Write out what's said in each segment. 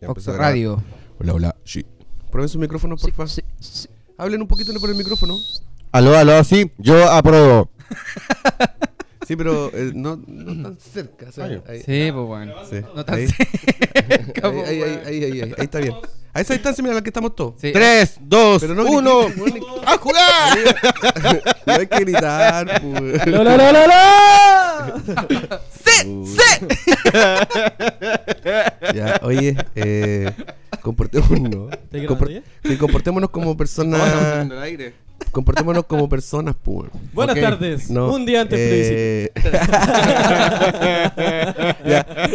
Ya Fox empezó a grabar. Radio. Hola, hola. Sí. Prueben su micrófono, por favor. Sí, sí, sí. Hablen un poquito por el micrófono. Aló, aló, sí, yo apruebo. Sí, pero eh, no, no tan cerca. o sea, Ay. ahí, Sí, pues bueno. sí. No tan ahí, cerca, ahí, po, ahí, ahí, weón. ahí, ahí, ahí, ahí está bien. A esa distancia, mira, a la que estamos todos. Sí. Tres, dos, Pero no uno. grites, weón, ni- ¡A jugar! No hay que gritar, pues. ¡Lo, lo, lo, lo, lo! Ya, oye, eh, comportémonos. ¿Te Compor- grabando sí, comportémonos como personas. Comportémonos como personas, pues. Buenas Ok. tardes. No, Un día antes plebiscito. eh, ya.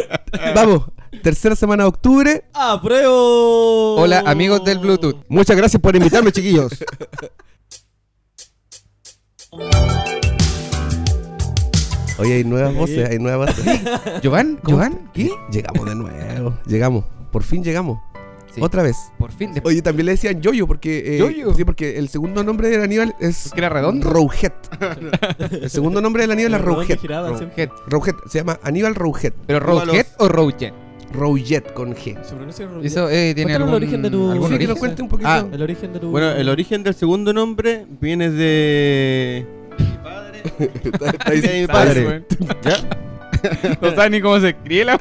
Vamos, tercera semana de octubre. ¡Apruebo! Hola, amigos del Bluetooth. Uh. Muchas gracias por invitarme, chiquillos. Oye, hay nuevas voces, hay nuevas voces. ¿Jovan? ¿Jovan? ¿Qué? llegamos de nuevo, llegamos, por fin llegamos. Sí. Otra vez. Por fin. de- Oye, también le decían Yoyo porque eh, Yoyo. sí, porque el segundo nombre de Aníbal es ¿Que era redondo? Rouget. el segundo nombre de Aníbal es Rouget. giraban siempre. Jet. Rouget se llama Aníbal Rouget. ¿Pero Roadhead o Roadjet? Rouget con G. Se pronuncia Roget. Eso eh, tiene Cuéntanos algún, el origen de tu- algún Sí, que origen. nos cuente un poquito. Ah, El origen de tu. bueno, el origen del segundo nombre viene de. Está- está ahí- de mi ¿Sabes, padre. weón? ¿Ya? No sabes ni cómo se escribe la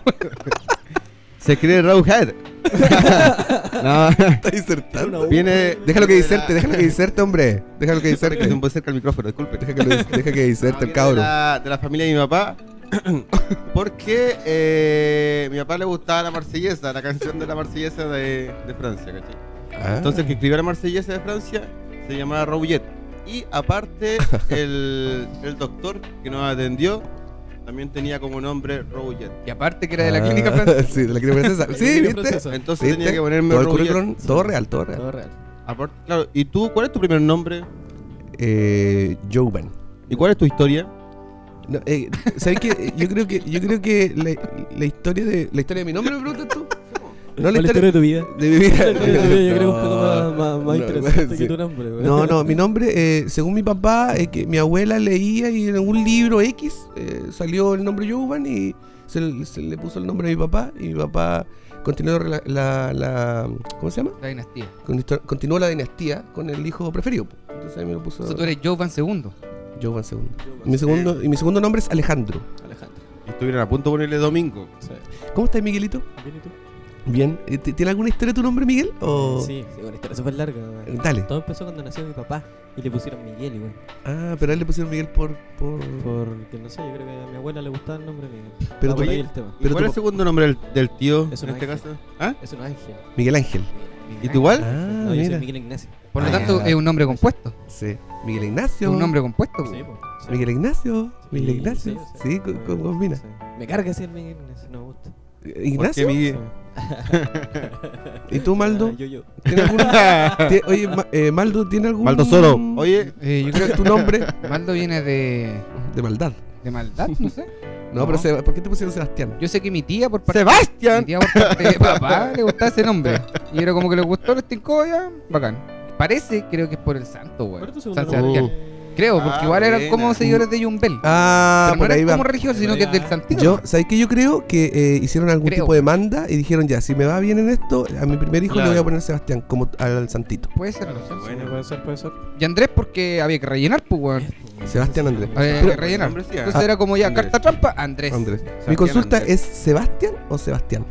Se cree Rowhead. no, está disertando. Una U. viene. Déjalo que diserte, déjalo que diserte, hombre. Déjalo que Cerca, diserte. se me puede cerca el micrófono, disculpe. Deja que, lo dis- deja que No, diserte el viene cabro. De la, de la familia de mi papá. Porque eh, mi papá le gustaba la marsellesa, la canción de la marsellesa de, de Francia, ¿cachai? Ah. Entonces, el que escribió la marsellesa de Francia se llamaba Rouget. Y aparte, el, el doctor que nos atendió también tenía como nombre Rouget. Y aparte que era de la Ah, clínica francesa. Sí, de la clínica francesa. La sí, clínica ¿viste? francesa. Entonces ¿Viste? tenía que ponerme Todo el Rouget. currículum, todo real, todo real. Todo real. Aparte, claro, ¿y tú cuál es tu primer nombre? Eh, Joven. ¿Y cuál es tu historia? No, eh, ¿Sabes qué? Yo creo que, yo creo que la, la historia de la historia de mi nombre, ¿me preguntas tú? No ¿Cuál es la historia de tu vida? de mi vida. La historia de tu vida Yo creo que un poco No, más, más, más no, interesante sí. que tu nombre, güey. No, no, mi nombre, eh, según mi papá, es que mi abuela leía y en un libro X eh, salió el nombre Jovan y se, le- se le puso el nombre a mi papá y mi papá continuó la, la- la- ¿cómo se llama? La dinastía. Continu- Continuó la dinastía con el hijo preferido. po. Entonces ahí me lo puso Entonces tú eres Jovan II. Jovan segundo. Mi segundo y mi segundo nombre es Alejandro. Alejandro. Y estuvieron a punto de ponerle Domingo. Sí. ¿Cómo estás, Miguelito? ¿Bien y tú? Bien. Eh, ¿t- ¿Tiene alguna historia tu nombre, Miguel? O... Sí, sí, una historia súper larga. güey. Dale. Todo empezó cuando nació mi papá y le pusieron Miguel, güey. Ah, pero a él le pusieron Miguel por... por... Porque no sé, yo creo que a mi abuela le gustaba el nombre Miguel. Pero Va tú- por ahí el tema. ¿Y Pero cuál tu es el segundo nombre del, del tío Es en un este ángel. caso? ¿Ah? Es un ángel. Miguel Ángel. ¿Y tú igual? Ah, no, yo mira. soy Miguel Ignacio. Por lo Ah, tanto, ya. es un nombre compuesto. Sí. Miguel Es Ignacio. un nombre compuesto. Sí, po. po, sí. Miguel Ignacio. Miguel Sí, Ignacio. sí, Sí, co- co- combina. sí. Me carga decir Miguel Ignacio, no me gusta. Ignacio. Porque Sí. Miguel... ¿Y tú, Maldo? Ah, yo, yo. ¿Tiene algún... ti- Oye, Ma- eh, Maldo, ¿tiene algún... Maldo Soro. Mm. Oye, Eh, yo creo tu nombre que Maldo viene de, de maldad. de maldad, no sé. No, pero se- ¿por qué te pusieron Sebastián? Yo sé que mi tía por parte Mi Sebastián. tía por parte de papá le gustaba ese nombre. Y era como que le gustó el tincó ya, bacán. Parece, creo que es por el santo, ¿Cuál weón. es tu San segundo Sebastián. nombre? Creo, porque Ah, igual eran buena. como seguidores de Jumbel. Uh. Ah, pero no por ahí eran va. como religiosos, sino Por que ahí es del va. santito. Yo, ¿sabes qué? Yo creo que eh, hicieron algún Creo. tipo de manda y dijeron ya, si me va bien en esto, a mi primer hijo Claro. le voy a poner Sebastián, como al santito. Puede ser. no sé. Sí, puede ser, puede ser. Y Andrés, porque había que rellenar, pues, weón. Sebastián Andrés. Había Pero- que rellenar. Hombre, sí, ah. Entonces era como ya, Andrés. carta trampa, Andrés. Andrés. Mi consulta es Sebastián o Sebastián.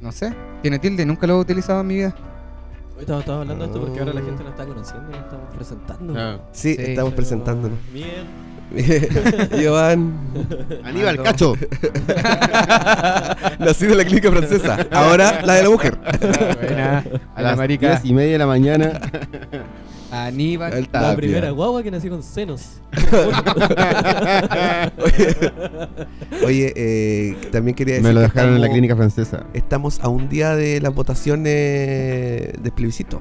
No sé. Tiene tilde, nunca lo he utilizado en mi vida. Hoy estamos, estamos hablando de esto porque ahora la gente nos está conociendo, nos estamos presentando. Ah. Sí, Sí, Ah. estamos Pero, presentándonos. Miguel. Joan, Aníbal, Maldo. cacho. nacido en la clínica francesa, ahora la de la mujer. Buena. A la marica. diez y media de la mañana. Aníbal. Al- La Ah, bien. primera guagua que nació con senos. Oye, eh, también quería decir Me lo que dejaron en la estamos- clínica francesa. Estamos a un día de las votaciones de plebiscito.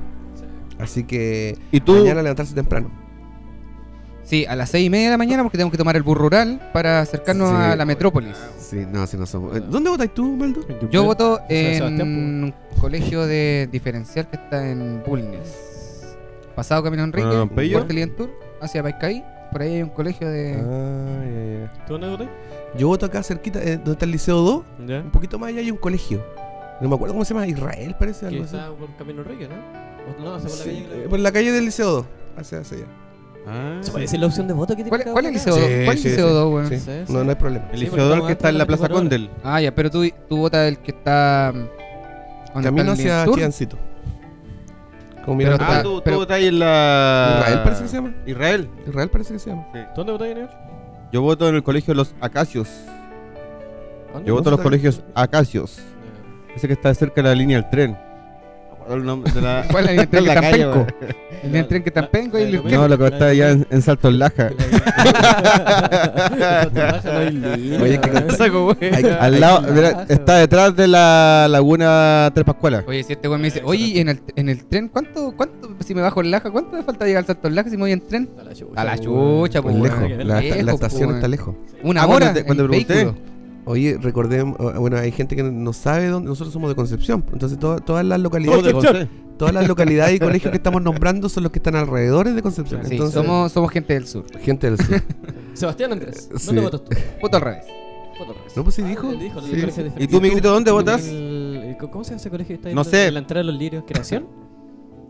Así que ¿Y tú? mañana levantarse temprano. Sí, a las seis y media de la mañana porque tenemos que tomar el bus rural para acercarnos Sí. a la metrópolis. Sí, no, si no somos. eh, ¿Dónde votáis tú, Maldo? Yo voto de en Sebastián, un colegio de diferencial que está en Bulnes. Pasado Camino Enrique, Ah, Pello. Puerto Lientur, hacia Paiscaí. Por ahí hay un colegio de... Ah, ¿Tú dónde votas? Yo voto acá cerquita, eh, donde está el Liceo 2. ¿Ya? Un poquito más allá hay un colegio. No me acuerdo cómo se llama, Israel parece, Que algo así. está por Camino Rica, ¿no? O- No, o sea, por la Sí, calle de eh, la- por la calle del Liceo 2, hacia, hacia allá. Ah. ¿Se puede decir la opción de voto que tiene ¿Cuál, cada cuál es el liceo uno acá? Sí, 2? ¿Cuál es sí, el liceo sí. 2, weón? Sí. Sí, sí. No, no hay problema. El Sí, Liceo porque Dol como que está en la antes Plaza de 24 Condel. Ah, ya, pero tú, tú votas el que está. mm, cuando Camino está el hacia Tour. Chiancito. Como mirando Pero para- Ah, está- tú, tú pero- votas ahí en Ah. la. Israel parece que se llama. Israel. Israel parece que se llama. ¿Dónde votáis, Daniel? Yo voto en el colegio Los Acacios. ¿Dónde? Yo voto en los está? colegios Acacios. Ya. Ese que está cerca de la línea del tren. No me acuerdo el nombre de la. ¿Cuál es el tren de que la está en calle, penco? weón. En el tren que está en penco y La- el la- No, lo que está allá en, en Salto en Laja. Oye, que con- Al lado, mira, está detrás de la laguna Tres Pascualas. Oye, si este weón me dice, oye, ¿y en el, en el tren, ¿cuánto, cuánto, si me bajo el laja, cuánto me falta llegar al salto del laja si me voy en tren? A la chucha, A la chucha, Pues pues, lejos, weón. la, Lejos, la estación pues, está weón. lejos. Una Ah, cuando hora. te- en cuando pregunté. vehículo. Oye, recordemos, ah, bueno, hay gente que no sabe dónde, nosotros somos de Concepción, entonces toda- todas las Todo de localidades, Conce. todas las localidades y colegios que estamos nombrando son los que están alrededor de Concepción. Sí, Sí, entonces, somos, somos gente del sur. gente del sur. Sebastián Andrés, ¿dónde Sí. votas tú? Puto al revés. Voto Andrés. No, pues sí Ah, dijo. él dijo, Sí. le parece diferente. ¿Y tú, Migrito, dónde En votas? el- eh, ¿Cómo se llama ese colegio que está ahí No en- sé. en la entrada de los lirios? ¿Creación?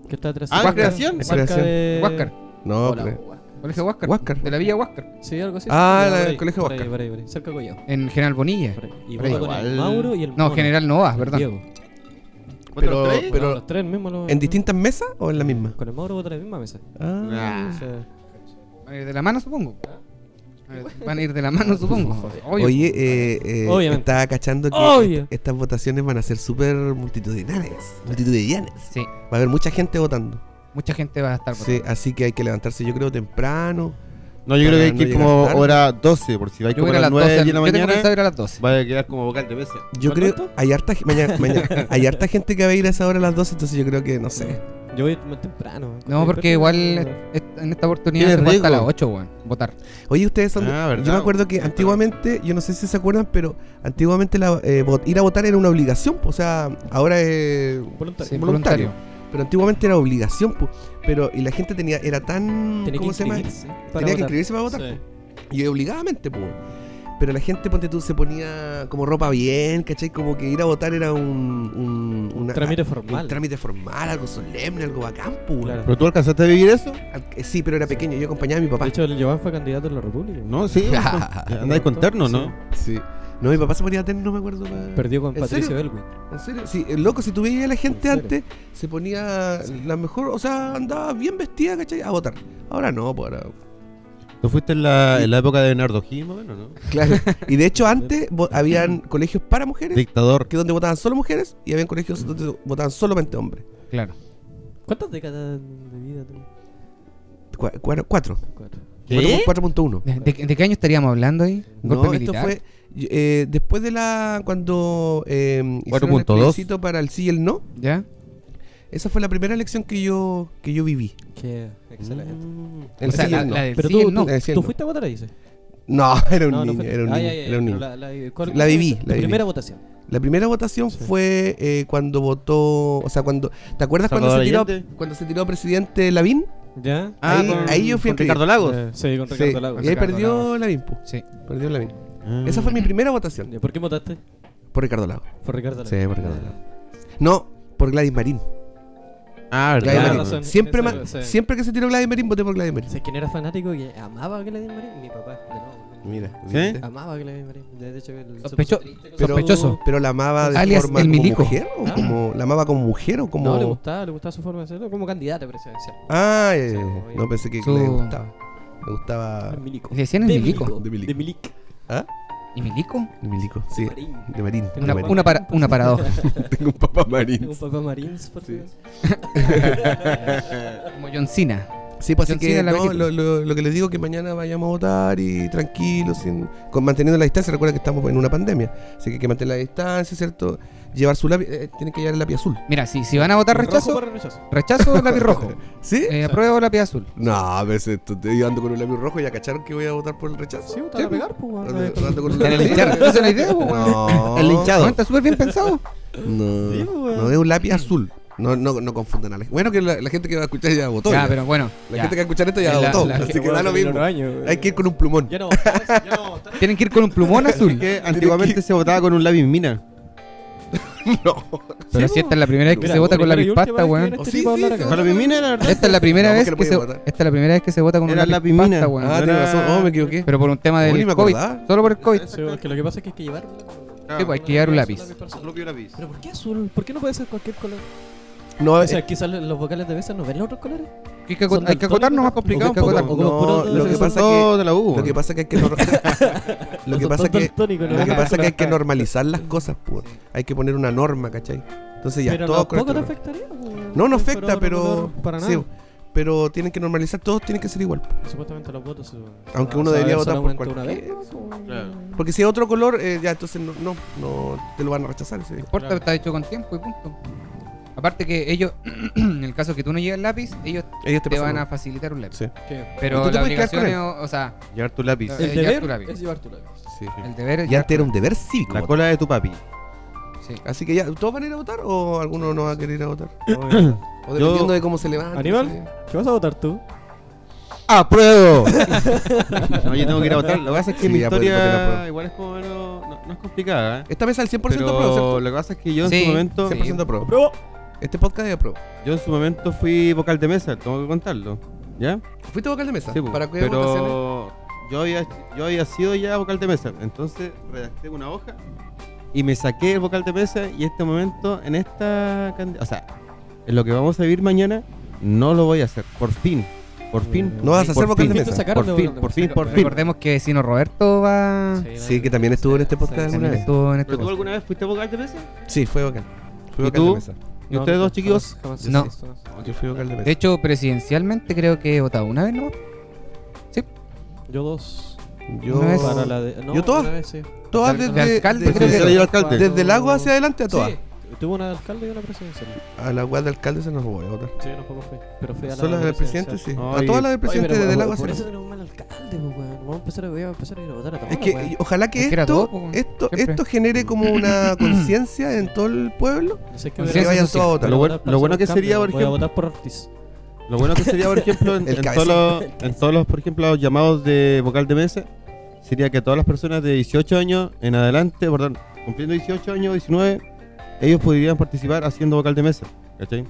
Que está atrás. Ah, Huasca- Creación. Huasca Creación. de- Huáscar. No, Hola, cre- Huasca. Colegio Huáscar. Huáscar. De la villa Huáscar. Sí, algo así. Ah, la- por el ahí, colegio por ahí, Huáscar. por ahí, por ahí, cerca de Collao. En General Bonilla. Por ahí. Y Por ahí. voto con el Igual. Mauro y el No, Mono, General Noa, ¿verdad? Diego. pero, ¿Votaron tres? Pero pero los tres mismos los- ¿en distintas mesas o en la misma? Con el Mauro votan en la misma mesa. Ah. Ah. O sea, Van a ir de la mano, supongo. Van a ir de la mano, supongo. Obvio. Oye, eh, eh, Obviamente. estaba cachando que Obvio. est- estas votaciones van a ser súper multitudinarias, multitudinarias. Sí, Va a haber mucha gente votando. mucha gente va a estar por Sí, así que hay que levantarse, yo creo, temprano. No, yo creo que hay no que ir llegar como tarde. hora 12, por si vais Yo como voy a a las las 9 12. de la Yo tengo pensado mañana, ir a las 12. va a quedar como vocal de veces. Yo ¿Cuál creo, voto? hay harta, ge- mañana, mañana, hay harta gente que va a ir a esa hora a las 12, entonces yo creo que, no sé. Yo voy más temprano. No, porque igual est- en esta oportunidad Tiene se puede hasta las riesgo. 8, weón. Votar. Oye, ustedes son... de- Ah, yo verdad. me acuerdo que antiguamente, yo no sé si se acuerdan, pero antiguamente la, eh, vot- ir a votar era una obligación, po, o sea, ahora es... Voluntario. Sí, voluntario. Pero antiguamente era obligación, po, pero y la gente tenía era tan... Tenía ¿Cómo que se llama? inscribirse para Tenía que votar. inscribirse para votar. Sí. Y obligadamente, pues. Pero la gente, ponte tú, se ponía como ropa bien, ¿cachai? Como que ir a votar era un... Un, una- Trámite un formal. Ah, trámite formal, algo solemne, algo bacán, po. Claro. ¿Pero tú alcanzaste a vivir eso? Al- eh, Sí, pero era pequeño, yo acompañaba a mi papá. De hecho, el Giovanni fue candidato en la República. No, sí. Andáis con terno, ¿no? Sí. No, mi papá se ponía terno, no me acuerdo. pa- Perdió con ¿En Patricio serio? Elwin. ¿En serio? Sí, el loco, si tú veías a la gente ¿En antes, se ponía la mejor, o sea, andaba bien vestida, ¿cachai? A votar. Ahora no, pues ahora- ¿Tú fuiste en la, en la época de Bernardo O'Higgins, más o menos, no? Claro. y de hecho, antes vo- habían colegios para mujeres, Dictador. que donde votaban solo mujeres, y habían colegios donde votaban solamente hombres. Claro. ¿Cuántas décadas de vida tuvo? Cu- cuatro. cuatro. Cuatro. Cuatro- 4.1. ¿De, de- de qué año estaríamos hablando ahí? ¿Golpe No, esto militar? fue eh, después de la. cuando eh, hicieron el 4.2. plebiscito para el sí y el no. ¿Ya? Esa fue la primera elección que yo que yo viví. Qué excelente. El O sea, sí y la, Mm. el no. la del Pero sí y tú, el no. tú, El sí y el tú no. fuiste a votar, dice. No, era un niño, fuiste. era un Ah, niño, ya, ya, era un niño. pero La, La, la- ¿cuál- La viví, tu la viví. primera votación. primera votación Sí. fue eh, cuando votó, o sea, cuando ¿te acuerdas cuando se Salvador tiró Allende. cuando se tiró presidente Lavín? ¿Ya? Ah, ahí- ahí yo fui con a Ricardo Lagos. Eh, sí, con Sí, Ricardo Lago. Y ahí Ricardo perdió Lagos. Lavín, po. Sí. perdió Lavín. Ah. Esa fue mi primera votación ¿Por qué votaste? por Ricardo Lagos. Por Ricardo Lago. Sí, por Ricardo Lagos. Eh, No, por Gladys Marín. Ah, Gladys Claro, Marín. verdad. razón. Siempre, Eso, ma- sí. siempre que se tiró Gladys Marín voté por Gladys Marín. ¿Sabes quién era fanático que amaba a Gladys Marín? Mi papá, de nuevo. Mira, ¿Sí? ¿viste? Amaba a Gladys Marín. De hecho, él se puso Sospecho- triste con pero- su- sospechoso. Pero la amaba de Alias forma el como milico. mujer o Ah. como la amaba como mujer o como No, le gustaba, le gustaba su forma de hacerlo como candidata presidencial. Ah, ya, ya, ya. Sí, obvio. no pensé que Su- le gustaba. Le gustaba El milico. Le decían el De milico. Ah. De milico. De milic. ¿Y Milico? el milico, sí, De marín. de Marín. Tengo de Una, Marín. una, para, una paradoja. Tengo un papá Tengo Marín. un papá marines, por Sí. favor. Como John Cena. Sí, pues así John que Cena en la no, película. lo, lo- lo que les digo que mañana vayamos a votar y tranquilos, sin, con, manteniendo la distancia. Recuerda que estamos en una pandemia, así que hay que mantener la distancia, ¿cierto? Llevar su lápiz, eh, tienen que llevar el lápiz azul. Mira, si, si van a votar Rojo rechazo, por rechazo. rechazo lápiz rojo. ¿Sí? Eh, apruebo lápiz azul. No, a veces tú- te- yo ando con un lápiz rojo y ya cacharon que voy a votar por el rechazo. Sí, te van a pegar, pues, Ando- weón. ando con un Te van a lápiz- linchar. Esa es la idea, pues, weón. No. El linchado. Weón, Está súper bien pensado. No, Sí, weón. no es un lápiz azul. No, no, no confundan a la gente. Bueno, que la, la gente que va a escuchar ya votó. Ya, ya. pero bueno. la ya. gente que va a escuchar esto ya La- votó. la- así que da lo mismo. Hay que ir con un plumón. Ya no votamos, ya no votamos. Tienen que ir con un plumón azul. Que antiguamente se votaba con un lápiz mina. no. Pero si esta es la primera vez que Mira, se vota con primera la y última pispasta, vez que weón. viene Oh, Este sí, tipo a sí, hablar acá. sí. Con la pimina, la verdad. Esta es la primera No, vez porque lo que se, podía votar. esta es la primera vez que se vota con Era una la pispasta, pimina. weón. Ah, No tienes era- razón. Oh, me equivoqué. Pero por un tema Bueno, ni del me COVID. acordaba. Solo por el COVID. Sí, porque lo que pasa es que hay que llevar. Sí, pues, hay que llevar un lápiz. Su propio lápiz. Pero ¿por qué azul? ¿Por qué no puede ser cualquier color? No, O eh, sea, quizás los vocales de Besa no ven los otros colores. Hay que acot- Hay que acotar nomás, complicado hay que acotar. un poco. como no, puro- lo que son pasa Todo que de la U. lo que weón. pasa que hay que nor- lo que pasa que lo que pasa que hay que normalizar las cosas, pues. Hay que poner una norma, ¿cachai? Entonces ya pero todos con este tampoco esta te norma. afectaría. pues, weón. No, no Pero afecta, otro pero. color, Para sí, nada. pero tienen que normalizar, todos tienen que ser igual. Supuestamente los votos. se- Aunque se uno van a debería ver votar por solamente una cualquier. vez. pues, Claro. Porque si es otro color, eh, ya entonces no, no, no te lo van a rechazar. sí. No importa, está hecho con tiempo y punto. Aparte que ellos, en el caso que tú no lleves lápiz, ellos Ellos te, te, pasan van a algo. facilitar un lápiz. Sí. ¿Qué? Pero ¿Y tú te la puedes quedar con obligación es, él? o sea, Llevar tu lápiz. Eh, El llevar deber tu lápiz. es llevar tu lápiz. el deber es... Y antes era un deber cívico. La votar. cola de tu papi. Sí. Así que ya, ¿todos van a ir a votar o alguno no va a querer ir a votar? O Yo- dependiendo de cómo se levante. Aníbal. no sé. ¿Qué vas a votar tú? ¡Apruebo! No, yo tengo que ir a votar. Lo que pasa es que Sí, mi ya, pues, voté la historia prueba. igual es como menos- no, no es complicada, ¿eh? Esta mesa al 100% aprueba, Pero ¿cierto? lo que pasa es que yo en Sí, su momento, sí. 100% aprueba. ¡Apruebo! Este podcast es aprueba. yo en su momento fui vocal de mesa, tengo que contarlo, ¿ya? ¿Fuiste vocal de mesa? Sí, pues, ¿Para qué votaciones? pero yo había, yo había sido ya vocal de mesa, entonces redacté una hoja y me saqué el vocal de mesa y este momento en esta, candi- o sea, en lo que vamos a vivir mañana no lo voy a hacer, por fin, por fin. No vas a por ser vocal fin, de Fuiste mesa. sacar- Por Sacaron fin, de- por fin, por fin. Recordemos que vecino Roberto va... Sí, que también estuvo en este podcast también alguna vez. estuvo en este ¿Pero tú podcast. alguna vez fuiste vocal de mesa? Sí, fue vocal. Fui ¿Y vocal de tú? mesa. ¿Y ustedes dos chiquillos? Jamás, No. jamás. Yo fui vocal de mesa. De hecho, presidencialmente creo que he votado una vez, ¿no? ¿Eh? Yo dos. Yo, no es- Para la de- no, ¿Yo todas? una vez, sí. todas de- desde, de alcalde, desde- creo que- desde- Yo alcalde. desde el agua hacia adelante a todas. Sí, tuvo una de alcalde y una presidencial. A la guarda de alcalde se nos voy a votar. Sí, no poco fue. Pero fue a la ¿Son las del presidente? Sí. Ay. a todas las del presidente desde el agua hacia Por eso adelante. tenemos un mal alcalde, pues, weón. Vamos a empezar a, voy a empezar a ir a votar a tomar, Es que weón. y- ojalá que Es que era esto, todo, po, weón. esto, Siempre. esto genere como una conciencia en todo el pueblo. No sé qué Con voy a Que Conciencia vayan social. todos a votar. Lo voy a bueno- votar lo por bueno que cambio, sería, por Voy a ejemplo- votar por Ortiz. Lo bueno que sería, por ejemplo, en, El en cabecín. todos los, en todos los, por ejemplo, los llamados de vocal de mesa, sería que todas las personas de 18 años en adelante, perdón, cumpliendo 18 años, 19, ellos podrían participar haciendo vocal de mesa, ¿cachai?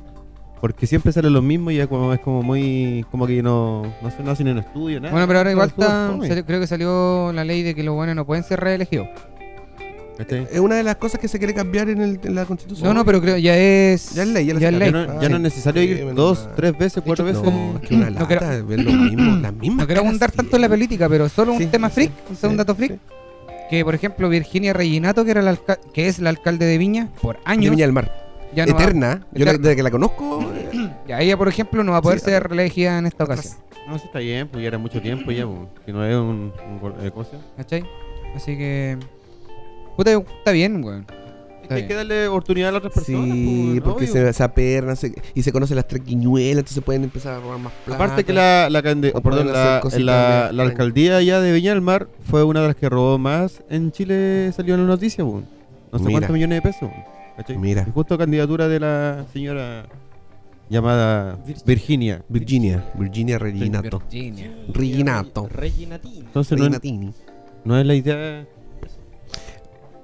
Porque siempre salen los mismos y es como, es como muy, como que no, no, se- no hacen un estudio, nada. Bueno, pero ahora igual está, Fome, salió- creo que salió la ley de que los buenos no pueden ser reelegidos. ¿cachai? Es una de las cosas que se quiere cambiar en, el- en la constitución. No, no, pero creo ya es... Ya es ley, ya la es sacaron. ley. Ya no, ya Ah, no sí. es necesario ir Sí, bueno, dos, ah. tres veces, cuatro veces. No, es que una No lata, quiero- es ver lo mismo, las mismas No quiero caras abundar tanto en la política, pero solo un Sí, tema sí, freak, sí, o sea, un sí, dato sí. freak, que por ejemplo Virginia Reginato, que era la alca- que es la alcalde de Viña, por años, De Viña del Mar. ya no va- Eterna. Yo la- Eterna. desde que la conozco. eh, ya ella por ejemplo no va a poder Sí, ser reelegida en esta ocasión, No, sí está bien, pues ya era mucho tiempo ya, pues, que no es un, un gol- eh, ¿cómo se llama? ¿cachai? Así que puta, está bien, weón. Está Hay que bien. darle oportunidad a las otras personas. Sí, pues, porque obvio. se, se apernan se- y se conocen las tres quiñuelas, entonces pueden empezar a robar más plata. Aparte que la, la, cande- O perdón, pueden hacer la, cositas la- de- la alcaldía ya de Viña del Mar fue una de las que robó más en Chile, salió en la noticia, weón. no sé Mira. cuántos millones de pesos. weón. ¿Cachai? Mira. Y justo candidatura de la señora llamada Virginia. Virginia. Virginia, Virginia Reginato. Virginia. Reginato. Reginatini. Entonces no es, Reginatini. no es la idea...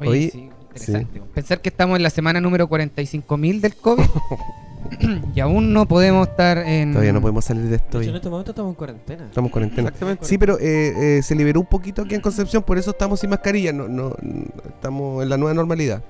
Oye, Oye, sí, interesante. weón. Pensar que estamos en la semana número 45.000 del COVID y aún no podemos estar en Todavía no podemos salir de esto. De hecho, y en este momento estamos en cuarentena. Estamos en cuarentena. Exactamente. Sí, pero eh, eh, se liberó un poquito aquí en Concepción, por eso estamos sin mascarilla. No, no, estamos en la nueva normalidad.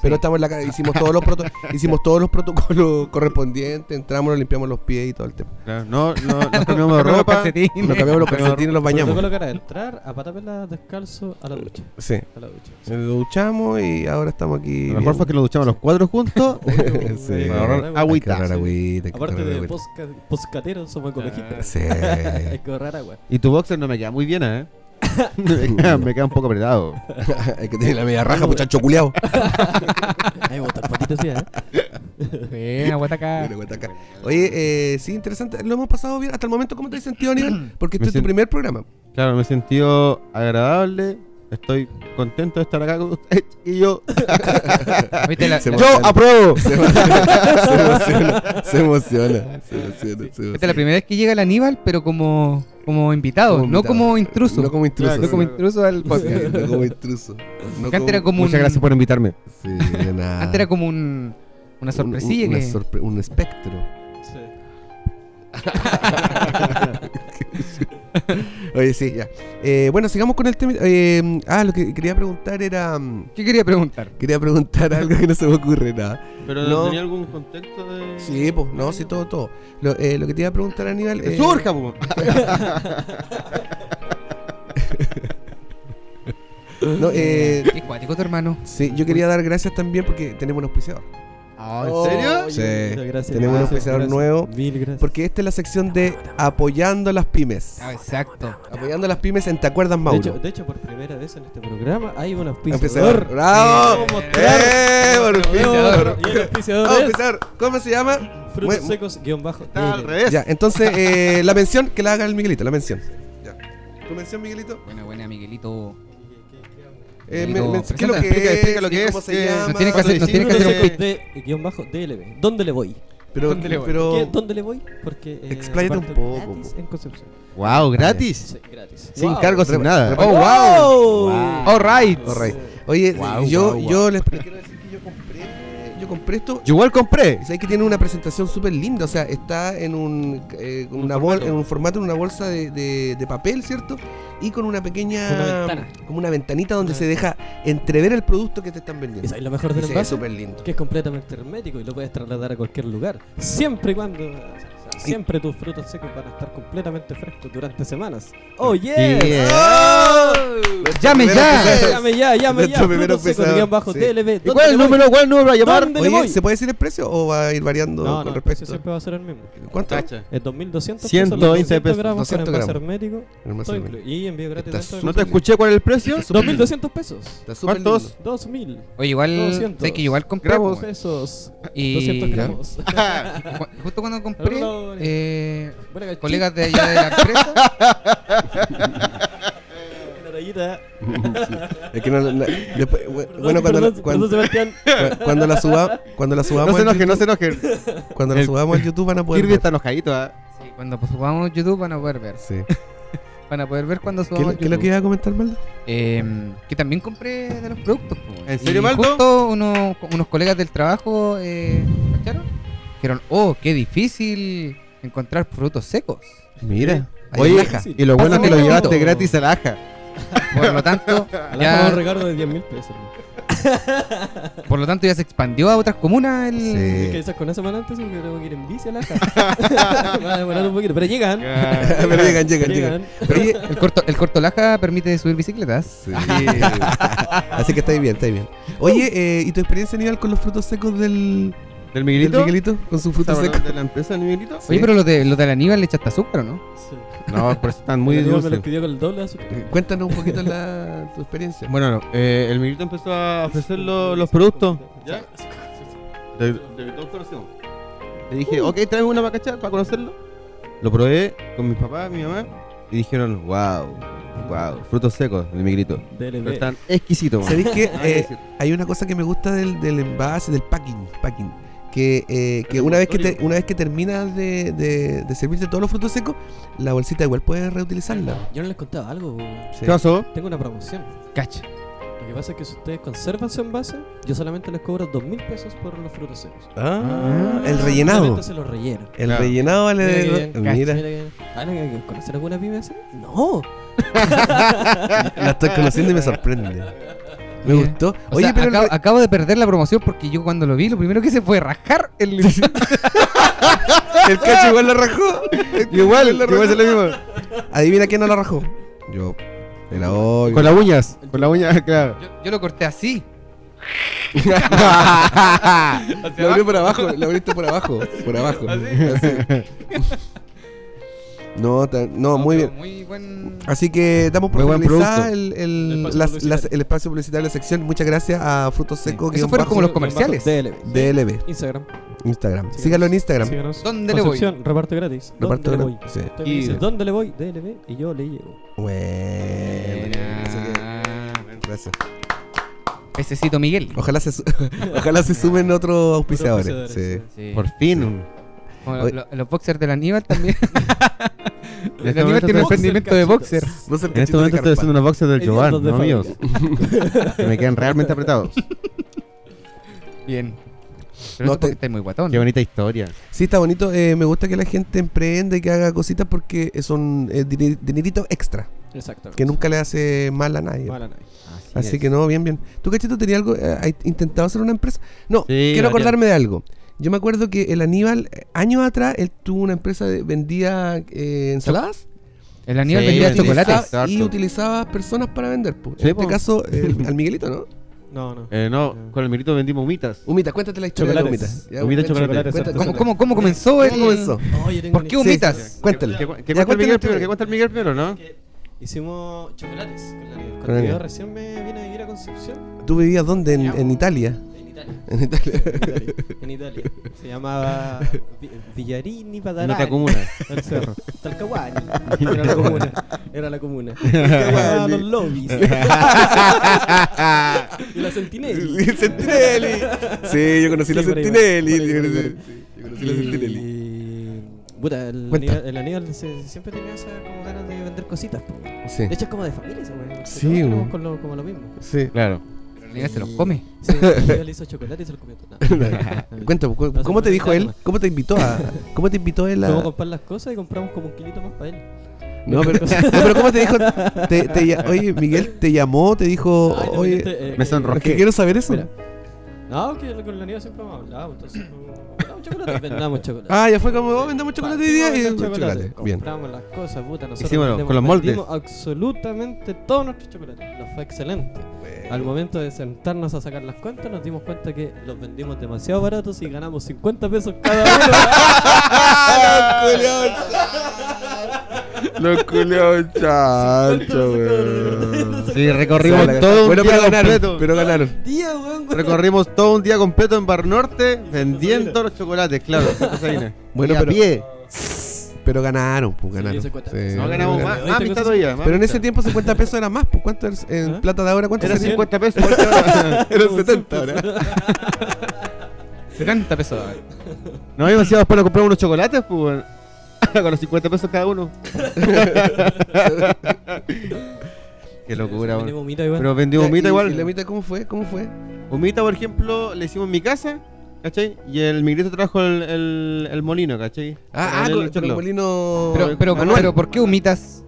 Pero estamos en la ca- hicimos todos los proto- hicimos todos los protocolos correspondientes, entramos, nos limpiamos los pies y todo el tema. Claro, no, no, nos cambiamos de Los ropa. calcetines. Nos cambiamos los calcetines, los bañamos. Bañamos. colocar a entrar, a pata pelada, descalzo, a la ducha. Sí. A la ducha. Nos duchamos y ahora estamos aquí. Lo mejor bien. fue que lo duchamos los cuatro juntos. Sí. Oye, Para ahorrar weón. Hay agüita. que ahorrar agüita, hay que Aparte ahorrar de agüita. posca- poscateros, somos ecologistas. Ah, Sí. Hay que ahorrar agua. Y tu boxer no me queda muy bien, ¿eh? me, queda, me queda un poco apretado. hay que tener la media raja, muchacho culiao. Hay que botar patito así, ¿eh? Buena, guataca. Una guata acá. Oye, eh, sí, interesante. Lo hemos pasado bien. Hasta el momento, ¿cómo te has sentido, Aníbal? Porque Me este es tu siento- primer programa. Claro, me he sentido agradable, Estoy contento de estar acá con ustedes, chiquillos. ¿Viste la, Se la- mo- Yo apruebo. Se emociona, se emociona, se emociona. se esta Este es la emociona. primera vez que llega el Aníbal, pero como, como invitado, Como no invitado. como intruso. No como intruso. No como intruso al podcast. No como intruso. No Porque antes era como Muchas un- gracias por invitarme. Sí, de nada. Antes era como un, una Ah. sorpresilla un, un- que... una sorpre- un espectro. Oye, sí, ya. Eh, bueno, sigamos con el tema. eh, ah, lo que quería preguntar era. mm, ¿Qué quería preguntar? Quería preguntar algo que no se me ocurre nada. Pero No. tenía algún contexto de. Sí, pues, no, sí, todo, todo. Lo, eh, lo que te iba a preguntar, Aníbal. Que eh, Surja, pues. po. no, eh, Qué cuático tu hermano. sí, yo quería dar gracias también porque tenemos un auspiciador. ¿En serio? Ah, Sí. Muchas Oh, gracias. Tenemos un auspiciador gracias. nuevo. Mil gracias. Porque esta es la sección de apoyando a las pymes. Ah, exacto. Apoyando a las pymes en Te Acuerdas, de Mauro. hecho, de hecho, por primera vez en este programa hay un Auspiciador. auspiciador. ¡Bravo! Vamos, ¡Eh! por fin. Auspiciador. Y el auspiciador Vamos, es auspiciador. ¿Cómo se llama? frutos Ah, Bueno. secos guión bajo. Está al revés. Ya, entonces eh, la mención que la haga el Miguelito, la mención. Ya. ¿Tu mención, Miguelito? Buena, buena, Miguelito. Eh, Miguelito, me- me- ¿Qué es lo presenta, que explica, es? explica lo que ¿Y es, ¿Cómo se eh, llama? no tiene que hacer- no tiene que hacer un Frutos secos de guión bajo DLB. ¿Dónde le voy? Pero, ¿Dónde le voy? ¿Qué- pero ¿Dónde le voy? Porque. eh, Oh. Expláyate un reparto poco, Gratis po. en Concepción. Wow, gratis. Sí, gratis. Sin Wow. cargo, sin nada. repa- Oh, wow. Wow. All right. All right. Oye, eh, Guau, yo, guau, yo guau. les les quiero decir que yo compré, eh, yo compré esto. Yo igual compré. Y sabéis que tiene una presentación súper linda, o sea, está en un, eh, con Un una bol- formato. en un formato, en una bolsa de, de- de papel, ¿cierto? Y con una pequeña, Una ventana. como una ventanita donde Una se deja entrever el producto que te están vendiendo. ¿Y sabes lo mejor Y del se ve envase? súper lindo. Que es completamente hermético y lo puedes trasladar a cualquier lugar. Siempre y cuando. o sea, Siempre tus frutos secos van a estar completamente frescos durante semanas. ¡Oh, yeah! ¡Llame ya! Nuestro primero Llame ya, llame Nuestro primero ya. Frutos secos empezado. guión bajo Sí. TLB. ¿Y cuál es el ¿Dónde le voy? número? ¿Cuál es el número a llamar? ¿Dónde le voy? Oye, ¿se puede decir el precio o va a ir variando No, con no, el precio respecto? siempre va a ser el mismo. ¿Cuánto? Cacha. Es 2200 120 pesos. los pesos. 200 gramos 200 con envase gramos. hermético. No me todo sirve. incluido. Y envío gratis Está dentro del No te país. escuché cuál es el precio. Está súper lindo. 2200 pesos. Está súper ¿Cuántos? lindo. 2000 Oye, igual, 200. sé que igual compré. Gramos. pues, pesos. Y 200 gramos. ju- justo cuando compré, Hola, eh, Buena cachita, colegas de allá de la empresa, una rayita. Es que no, no- después- bueno, Perdón, cuando, perdón, la- cuando, perdón, Sebastián. cu- cuando la suba, cuando la subamos, No se al enojen, no se YouTube- enojen. cuando la El- subamos al YouTube van a poder Kirby ver. está enojadito, ¿ah? sí, cuando subamos YouTube van a poder ver. Sí. Van a poder ver cuando ¿Qué, subamos qué es lo que YouTube. iba a comentar, Maldo? Eh, que también compré de los productos. pues. ¿En serio, Y Maldo? Justo unos, unos colegas del trabajo, eh, ¿cacharon? Dijeron, oh, qué difícil encontrar frutos secos. Mira. Oye, Aja. y lo bueno es que lo Pásame el llevaste dato. gratis a la aja. Por lo tanto, Alá, un ya, regalo de 10 mil pesos. ¿no? por lo tanto ya se expandió a otras comunas el... Sí. ¿Qué esas con una semana antes? Porque tengo que ir en bici a la Aja. Va a demorar un poquito, pero llegan. Pero llegan, llegan, llegan. Llegan. Oye, El corto, el corto laja permite subir bicicletas. sí. Así que estáis bien, estáis bien. Oye, Oh. eh, ¿y tu experiencia, Aníbal, con los frutos secos del, ¿Del del Miguelito? Miguelito? ¿Con sus frutos ¿Sabrón secos? ¿De la empresa del Miguelito? Oye, pero los de, los de la Aníbal le echaste azúcar, ¿o no? Sí. No, pero están muy El amigo Me dulces. lo pidió con el doble de azúcar. Eh, Cuéntanos un poquito la, tu experiencia. Bueno, no, eh, el Miguelito empezó a ofrecer lo- los productos. ¿Ya? De, de todos conocemos. Le dije, ok, tráeme una bacacha para conocerlo. Lo probé con mis papás, mi mamá. Y dijeron, wow, wow, frutos secos del Miguelito. Pero DLB. están exquisitos, man. ¿Sabéis que Nada que eh, decir. hay una cosa que me gusta del, del envase, del packing, packing que, eh, que El una vez que te- envoltorio. una vez que terminas de, de, de servirte todos los frutos secos, la bolsita igual puedes reutilizarla. Yo no les contaba algo. Sí. ¿Qué pasó? Tengo una promoción. Cacha. Lo que pasa es que si ustedes conservan su envase, yo solamente les cobro dos mil pesos por los frutos secos. Ah, el rellenado. Solamente se los relleno. El Claro. rellenado vale. Mira que bien, Mira, Mira que- Ah, no, que- ¿Conocen alguna pyme así? No. la estoy conociendo y me sorprende. Me Mira. gustó. O Oye, sea, pero. el acabo, re- acabo de perder la promoción porque yo cuando lo vi, lo primero que hice fue rascar el... El cacho igual la rajó. Igual, igual es lo mismo. Adivina quién no la rajó. Yo. Era obvio. Con las uñas, con las uñas, claro. yo, yo lo corté así. La abrió por abajo, la abriste por abajo, por abajo. Así. No, ta- no, muy pero bien. Muy buen... Así que damos por Muy buen finalizada producto. el, el- El espacio las- publicitario. las- el espacio publicitario de la sección. Muchas gracias a Frutos Secos. Esos guión fueron como bajo, los comerciales. DLB. DLB, Instagram. Instagram. Síganos. Sígalo en Instagram. Síganos. ¿Dónde le voy? Concepción, reparto gratis. Reparto ¿Dónde le gran- voy? sí. Usted me Y- dice, ¿dónde le voy? DLB. Y yo le llego. Bueno. así que- Buena. gracias. Pececito Miguel. Ojalá se, su- ojalá se sumen otros auspiciadores. sí. Sí. Por fin. un- Como lo- Oye. lo- los boxers del Aníbal también. En el este Aníbal momento tiene estoy- emprendimiento de boxer. No ser En este cachitos de momento estoy carpa. haciendo unos boxes del Hediondos Jovan, de no fábrica. míos. que me quedan realmente apretados. Bien. Pero No, eso porque te- estás muy guatón. Qué bonita historia. Sí, está bonito. eh, me gusta que la gente emprenda y que haga cositas porque son eh, diner- dinerito extra, Exactamente. que nunca le hace mal a nadie. Mala nadie. Así que no, bien, bien. ¿Tú, cachito, tenía algo? eh, ¿Has intentado hacer una empresa? No, Sí, quiero varias. acordarme de algo. Yo me acuerdo que el Aníbal, eh, años atrás, él tuvo una empresa de vendía eh, ensaladas El Aníbal Sí, vendía sí, chocolates. Exacto. y utilizaba personas para vender. po. Sí, en este po. caso, eh, al Miguelito, ¿no? No, no. Eh, no, con el mirito vendimos humitas. Humita, cuéntate la historia de la Chocolates. humita. Ya, Humita, cuéntale, chocolates. cuéntale, ¿Cómo, cuéntale. cómo, cómo comenzó el... ¿Cómo comenzó? Oh, yo tengo ¿Por una qué historia. humitas? Cuéntale. Que, cu- Ya, que cuente el cuéntale Miguel tú. primero, que cuente el Miguel primero, ¿no? Que Hicimos chocolates con la Ariel. Con la Cuando Ariel. yo recién me vine a vivir a Concepción, ¿Tú vivías dónde? En, en Italia. En en Italia. Italia. En Italia, en Italia. Se llamaba Vi- Villarini Padarani. No te acumulas. Al cerro. Talcahuani. Era la comuna. Era la comuna. Talcahuani, los lobbies. y la Sentinelli. El Sentinelli. Sí, yo conocí la Sí, por ahí va, Sentinelli. por ahí Yo va, conocí- por sí, yo conocí la Sentinelli. Y... Puta, el Cuenta. Aníbal, el Aníbal se- siempre tenía esa como ganas de vender cositas. po. De Sí. hecho, es como de familia esa weá. Sí, Todos tenemos weón. con lo, como lo mismo. Sí. Claro. El Aníbal se los come. Sí, yo le hizo chocolate y se lo comió todo. No. Cuéntame, cu- No, pues. ¿cómo se te me dijo olvidaba él? nomás. ¿Cómo te invitó a.? ¿Cómo te invitó él Fuimos a a.? comprar las cosas y compramos como un kilito más para él. No, pero, no, pero ¿cómo te dijo? Te- te ya- oye, Miguel te llamó, te dijo. Ay, también Oh, oye, este, eh, me que- sonrojo. es que ¿qué? quiero saber eso. Mira. No, que con la niña siempre hemos hablado, entonces como, vendamos chocolate, vendamos chocolate. Ah, ya fue como, oh, vendamos chocolate hoy día y. Vendamos chocolate. Chocolate. Bien. Compramos las cosas, puta, nosotros Hicimos vendemos- con los moldes. vendimos absolutamente todos nuestros chocolates. Nos fue excelente. Al momento de sentarnos a sacar las cuentas, nos dimos cuenta que los vendimos demasiado baratos y ganamos 50 pesos cada uno. Los culiados chancho, Sí, recorrimos Sale. todo un Bueno, día pero ganaron. completo. Pero ganaron. Día, weón, weón. Recorrimos todo un día completo en Bar Norte vendiendo los chocolates, claro. Santa Sabina. Bueno, Y a pero- pie. Pero ganaron, pues Sí, ganaron. ese cuenta. Sí, No ganamos ganaron. Pero más, más viste amistad cosas- todavía. más Pero en amistad. ese tiempo 50 pesos era más, pues ¿cuánto es- en ¿Ah? plata de ahora? ¿Cuánto Era sería? 50 pesos. igual que ahora. Era 70 ahora. 70 pesos. No, íbamos a después a comprar unos chocolates, pues. bueno. Con los 50 pesos cada uno. Qué locura, Vendimos bueno. humita igual. Pero vendimos humita ¿Y- igual. ¿Y la mitad cómo fue? ¿Cómo fue? Humita, por ejemplo, le hicimos en mi casa, ¿cachai? Y el migrito trajo el, el, el molino, ¿cachai? Ah, ah, el, con, con el molino. Pero, pero, manual. pero ¿por qué humitas?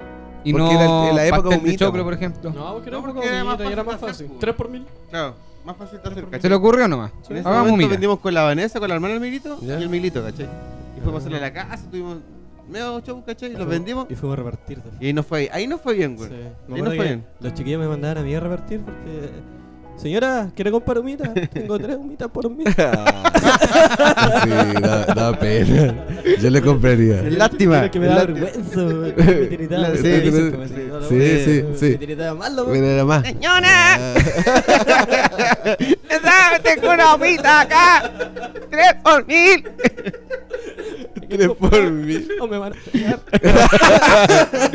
Y Porque no era el- en la época pastel de humita, choclo, po. por ejemplo. No, porque No, no, porque porque era era más más fácil. Era más fácil fácil. hacer, 3 por mil. Claro, más fácil de hacer, ¿Se ¿cachai? le ocurrió nomás? En ese Hagamos momento humita. vendimos con la Vanessa, con la hermana del migrito Ya. y el migrito, ¿cachai? Y fuimos a hacerle a la casa, tuvimos medio show, ¿cachai? Y los vendimos. Y fuimos a repartir. de- Y ahí nos fue bien. Ahí nos fue bien, Sí. güey. Me Ahí acuerdo nos fue que bien. Los chiquillos me mandaban a mí a repartir porque. Señora, ¿quiere comprar humitas? Tengo tres humitas por un mil. sí, da, da pena. Yo le compraría. Es lástima, Era que me es da lástima. vergüenza, güey. Me tiritaba, Sí, me tiritaba, sí, me tiritaba, sí, güey. sí, sí. Me tiritaba mal, güey. Bueno, era más. ¡Señora! ¡Tengo una pita acá! ¡Tres por mil! Tres por mil. No me van a pegar.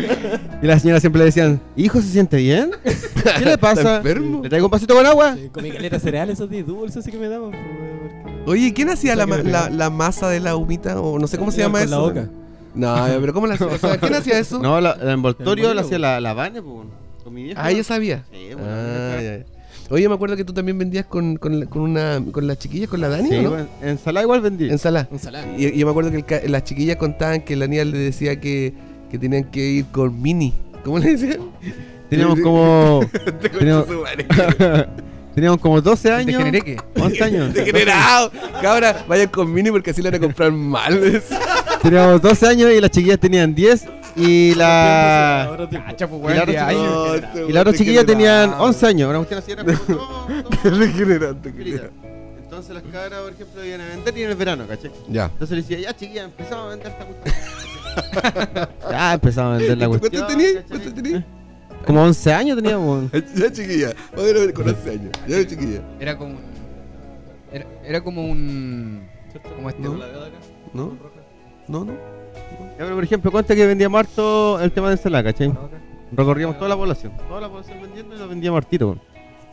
Y las señoras siempre le decían, hijo, ¿se siente bien? ¿Qué le ¿Está pasa? enfermo? ¿Le traigo un vasito con agua? Sí, Comí caleta de cereales, esos de dulces así que me daban, pues, güey, porque- Oye, ¿quién hacía la, ma- Saque de la, la masa de la humita? O no sé cómo se Iban llama con la eso. boca. No, pero ¿cómo la hacía? O sea, ¿Quién hacía eso? No, la, el envoltorio El lo molino, hacía la, la Vane, pues, con mi vieja. Ah, yo sabía. Sí, bueno, Ah, vieja. ya, ya. Oye, me acuerdo que tú también vendías con, con, la- con una, con las chiquillas, con la Dani, Sí, ¿o ¿no? bueno, ensalada igual vendí. Ensalada. Ensalada. Y y yo me acuerdo que el ca- las chiquillas contaban que la niña le decía que, que tenían que ir con mini. ¿Cómo le decían? Teníamos Sí, sí. como. teníamos, Concha su madre. teníamos como 12 años. Degenereque. 11 años. Degenerado. Cabra, vayan con mini porque así le van a comprar mal. teníamos 12 años y las chiquillas tenían 10. Y Ah. la. Ahora tiempo. Cacha, pues, Y la weón, otra ya, ahí- chiquilla- No, Y la otra chiquilla degenerado. tenían 11 años. Una cuestión así era como todo- todo Degenerado, degenerado. Entonces las cabras, por ejemplo, iban a vender y en el verano, ¿cachai? Ya. Entonces le decía, ya chiquilla, empezamos a vender esta cuestión. ya empezamos a vender la cuestión. ¿Cuánto tenías? ¿cachai? ¿Cuánto tenías? Como 11 años teníamos. Ya chiquilla. Oye, con 11 años. Ya chiquilla. Era como un... Era, era como un... Como este... No. la- ¿No? No, no. Ya, pero por ejemplo, cuenta que vendíamos harto el tema de ensalada, ¿cachai? Recorríamos toda la población. Toda la población vendiendo y lo vendíamos hartito, weón.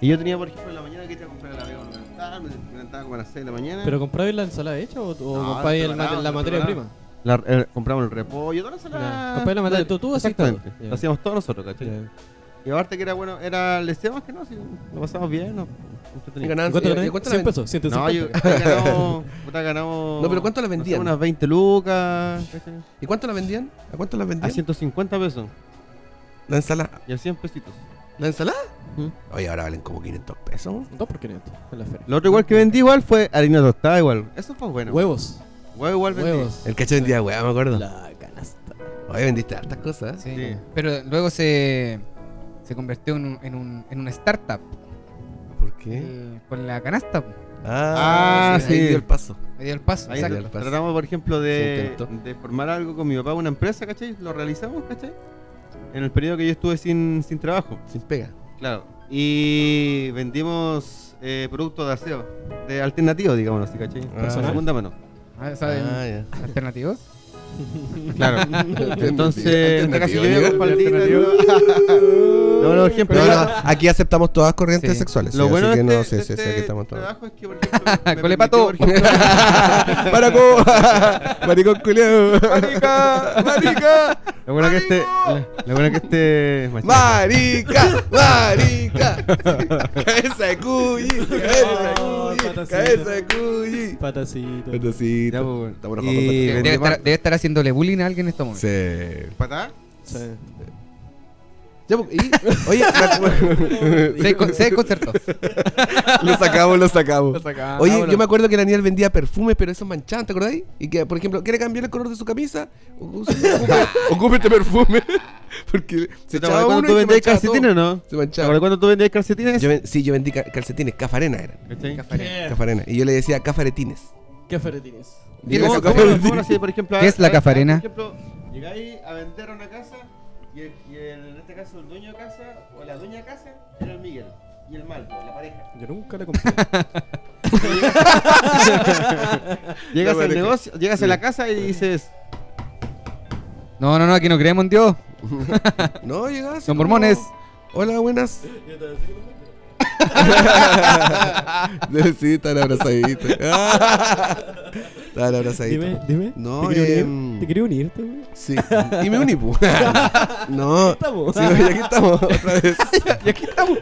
Y yo tenía, por ejemplo, en la mañana que iba a comprar el avión, me levantaba, me levantaba como a las 6 de la mañana. ¿Pero comprabais la ensalada hecha o, o No, compráis el preparado, mate- la materia preparado. prima? La- eh, compramos el repollo, todas las Ya. Compré la materia, tú- tú hacías Exactamente, todo. Ya. lo hacíamos todos nosotros, ¿cachai? Ya. Y aparte que era bueno, era, le decíamos que no, si lo pasamos bien, no, ¿Y entretenido. ganaban- ¿Cuánto eh, ganáis? cuánto la 100 ven- pesos, 150. No, yo puta, ganamos, puta, ganamos. No, pero ¿cuánto la no sé, vendían? unas 20 lucas, ¿cachai? ¿Y cuánto la vendían? ¿A cuánto la a vendían? 150 pesos La ensalada. y a 100 pesitos. ¿La ensalada? Mm. Oye, ahora valen como 500 pesos. Dos por 500 en la feria. Lo otro igual que vendí igual fue harina tostada igual. Eso fue bueno. Huevos. Huevo igual vendí. Huevos. El cacho vendía weá, me acuerdo. La canasta. Oye, vendiste hartas cosas. Sí. Sí. Pero luego se, se convirtió en, un- en, un- en una startup ¿Por qué? eh, con la canasta. po. Ah, Ah, ahí sí. dio el paso. Me dio el paso. Ahí exacto. está. tra- tratamos, por ejemplo, de, Se intentó. de formar algo con mi papá, una empresa, ¿cachai? Lo realizamos, ¿cachai? En el periodo que yo estuve sin, sin trabajo. Sin pega. Claro. Y vendimos eh, productos de aseo, de alternativos, digámoslo así, ¿cachai? Personal. Segunda mano. Ah, ¿Saben? Ah, ya. ¿Alternativos? Claro. Entonces, en la casa Alternativo, yo llego ¿no? con paltita, ¿no? No, no, por ejemplo, No, era- no, aquí aceptamos todas corrientes Sí. sexuales. Lo sí, bueno así de que no, este, sí, de sí, sí, este aquí estamos todos. trabajo es que, por ejemplo, me permitió, Ah, pato. por ejemplo, ¡Paraco! ¡Maricón culiao! ¡Marica! ¡Marica! Lo bueno que este. Lo bueno que este. ¡Marica! ¡Marica! ¡Cabeza de cuyi! ¡Cabeza de Oh, cuyi! patacito. ¡Cabeza de cuyi! Patacito. Patacita. Ya, pues, bueno. Estamos Y- enojados con vendí Debe más. estar, debe estar haciéndole bullying a alguien en este estos patacita. momentos. Sí. ¿Patá? Sí. Ya, pues, y, oye, me acu- Seis, con- seis conciertos. lo sacamos, lo sacamos. Ah, Oye, yo me acuerdo que la Daniel vendía perfumes, pero esos manchaban, ¿te acordáis? Y que, por ejemplo, quiere cambiar el color de su camisa, ocupe, ocupe este perfume. Porque se ¿Te echaba uno acuerdas cuando y tú se vendías manchaba calcetines todo. o no? Se ¿Te manchaba. acuerdas cuando tú vendías calcetines? Yo ven- sí, yo vendí ca- calcetines, cafarena eran. ¿Cachai? Cafarena. Cafarena. Y yo le decía cafaretines. ¿Qué ferretines? Y ¿Y él cómo- decía, cómo- "Cafaretines". cómo lo hacía, por ejemplo, a- ¿Qué es la a- a- cafarena? Por ejemplo, llegáis a vender a una casa y, el- y el- en este caso el dueño de casa o la dueña de casa era el Miguel y el Maldo, la pareja. Yo nunca le compré. Llegas La al pareja. negocio, llegas a la casa y dices, No, no, no, aquí no creemos en Dios. No, llegaba así Son como, mormones. Hola, buenas. sí, están abrazaditos. Están abrazaditos. Dime, dime. No, ¿Te quería em, unir? ¿Te quería unirte, güey? Sí. Y me uní, pu. No. estamos. Sí, oye, aquí estamos otra vez. Y aquí estamos.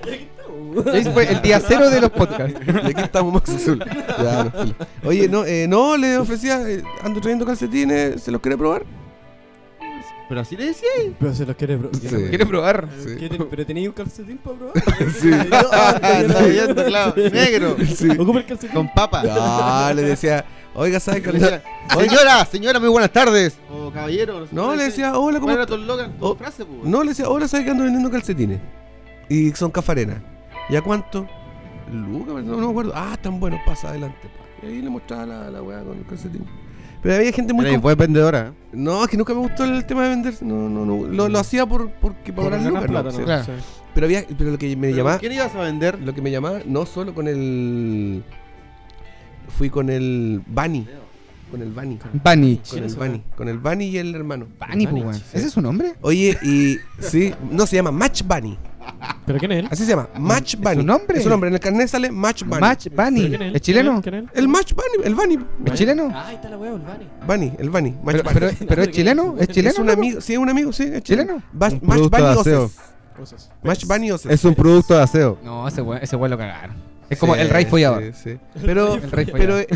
Ese fue el día cero de los podcasts. Y aquí estamos Max Azul. Ya, no, filo. Oye, no, eh, no, le ofrecía, eh, ando trayendo calcetines, ¿se los quiere probar? pero así le decía. Pero se los quiere, bro. Sí. ¿Quieres probar? Sí. ¿Qué te- ¿Pero tenéis un calcetín para probar? ah, Sí. Está viendo, claro, negro, Sí. Ocupa el calcetín. con papa. No, le decía, oiga, ¿sabes Le qué? decía, Señora, señora, muy buenas tardes. O caballero. sé No, qué le decía, hola, ¿cómo ¿Cuál era estás? tu eslogan, tu Oh, frase, pues? No, le decía, hola, ¿sabes que ando vendiendo calcetines? Y son cafarena. ¿Y a cuánto? Lucas, no, no me acuerdo. Ah, tan bueno, pasa adelante. pa. Y ahí le mostraba la, la weá con el calcetín. Pero había gente muy... Eres com- buen vendedora. ¿eh? No, es que nunca me gustó el tema de vender. No, no, no. Lo, lo hacía por, porque para ganar lucas, no, sí. Claro. Pero había, pero lo que me ¿Pero llamaba, ¿Quién ibas a vender? lo que me llamaba, no solo con el, fui con el Bani, con el Bani, con Banich. ¿Quién el es Bani, con el Bani y el hermano. Bani, pues, weón. ¿Ese es su nombre? Oye y sí, no se llama Match Bunny, ¿Pero quién es él? así se llama Match Ah, ¿Es Bunny. su nombre? Es su nombre. En el carnet sale Match Bunny. Match ¿Pero Bunny. quién él? ¿Es chileno? ¿Quién es él? El Match Bunny, el Bunny, ¿Es chileno? Ah, ahí está la hueá, el Bani. Bunny, el Bunny. Match Pero, Bunny. pero, pero es chileno, es chileno. es un ¿no? amigo, sí, es un amigo, sí, es ¿Chileno? Ba- Un Match producto Bunny de aseo. Oses. Match Bunny Oses. Es un producto de aseo. No, ese weón ese weón lo cagaron. Es como Sí, el rey follador. sí, sí. Pero, El rey pero follador.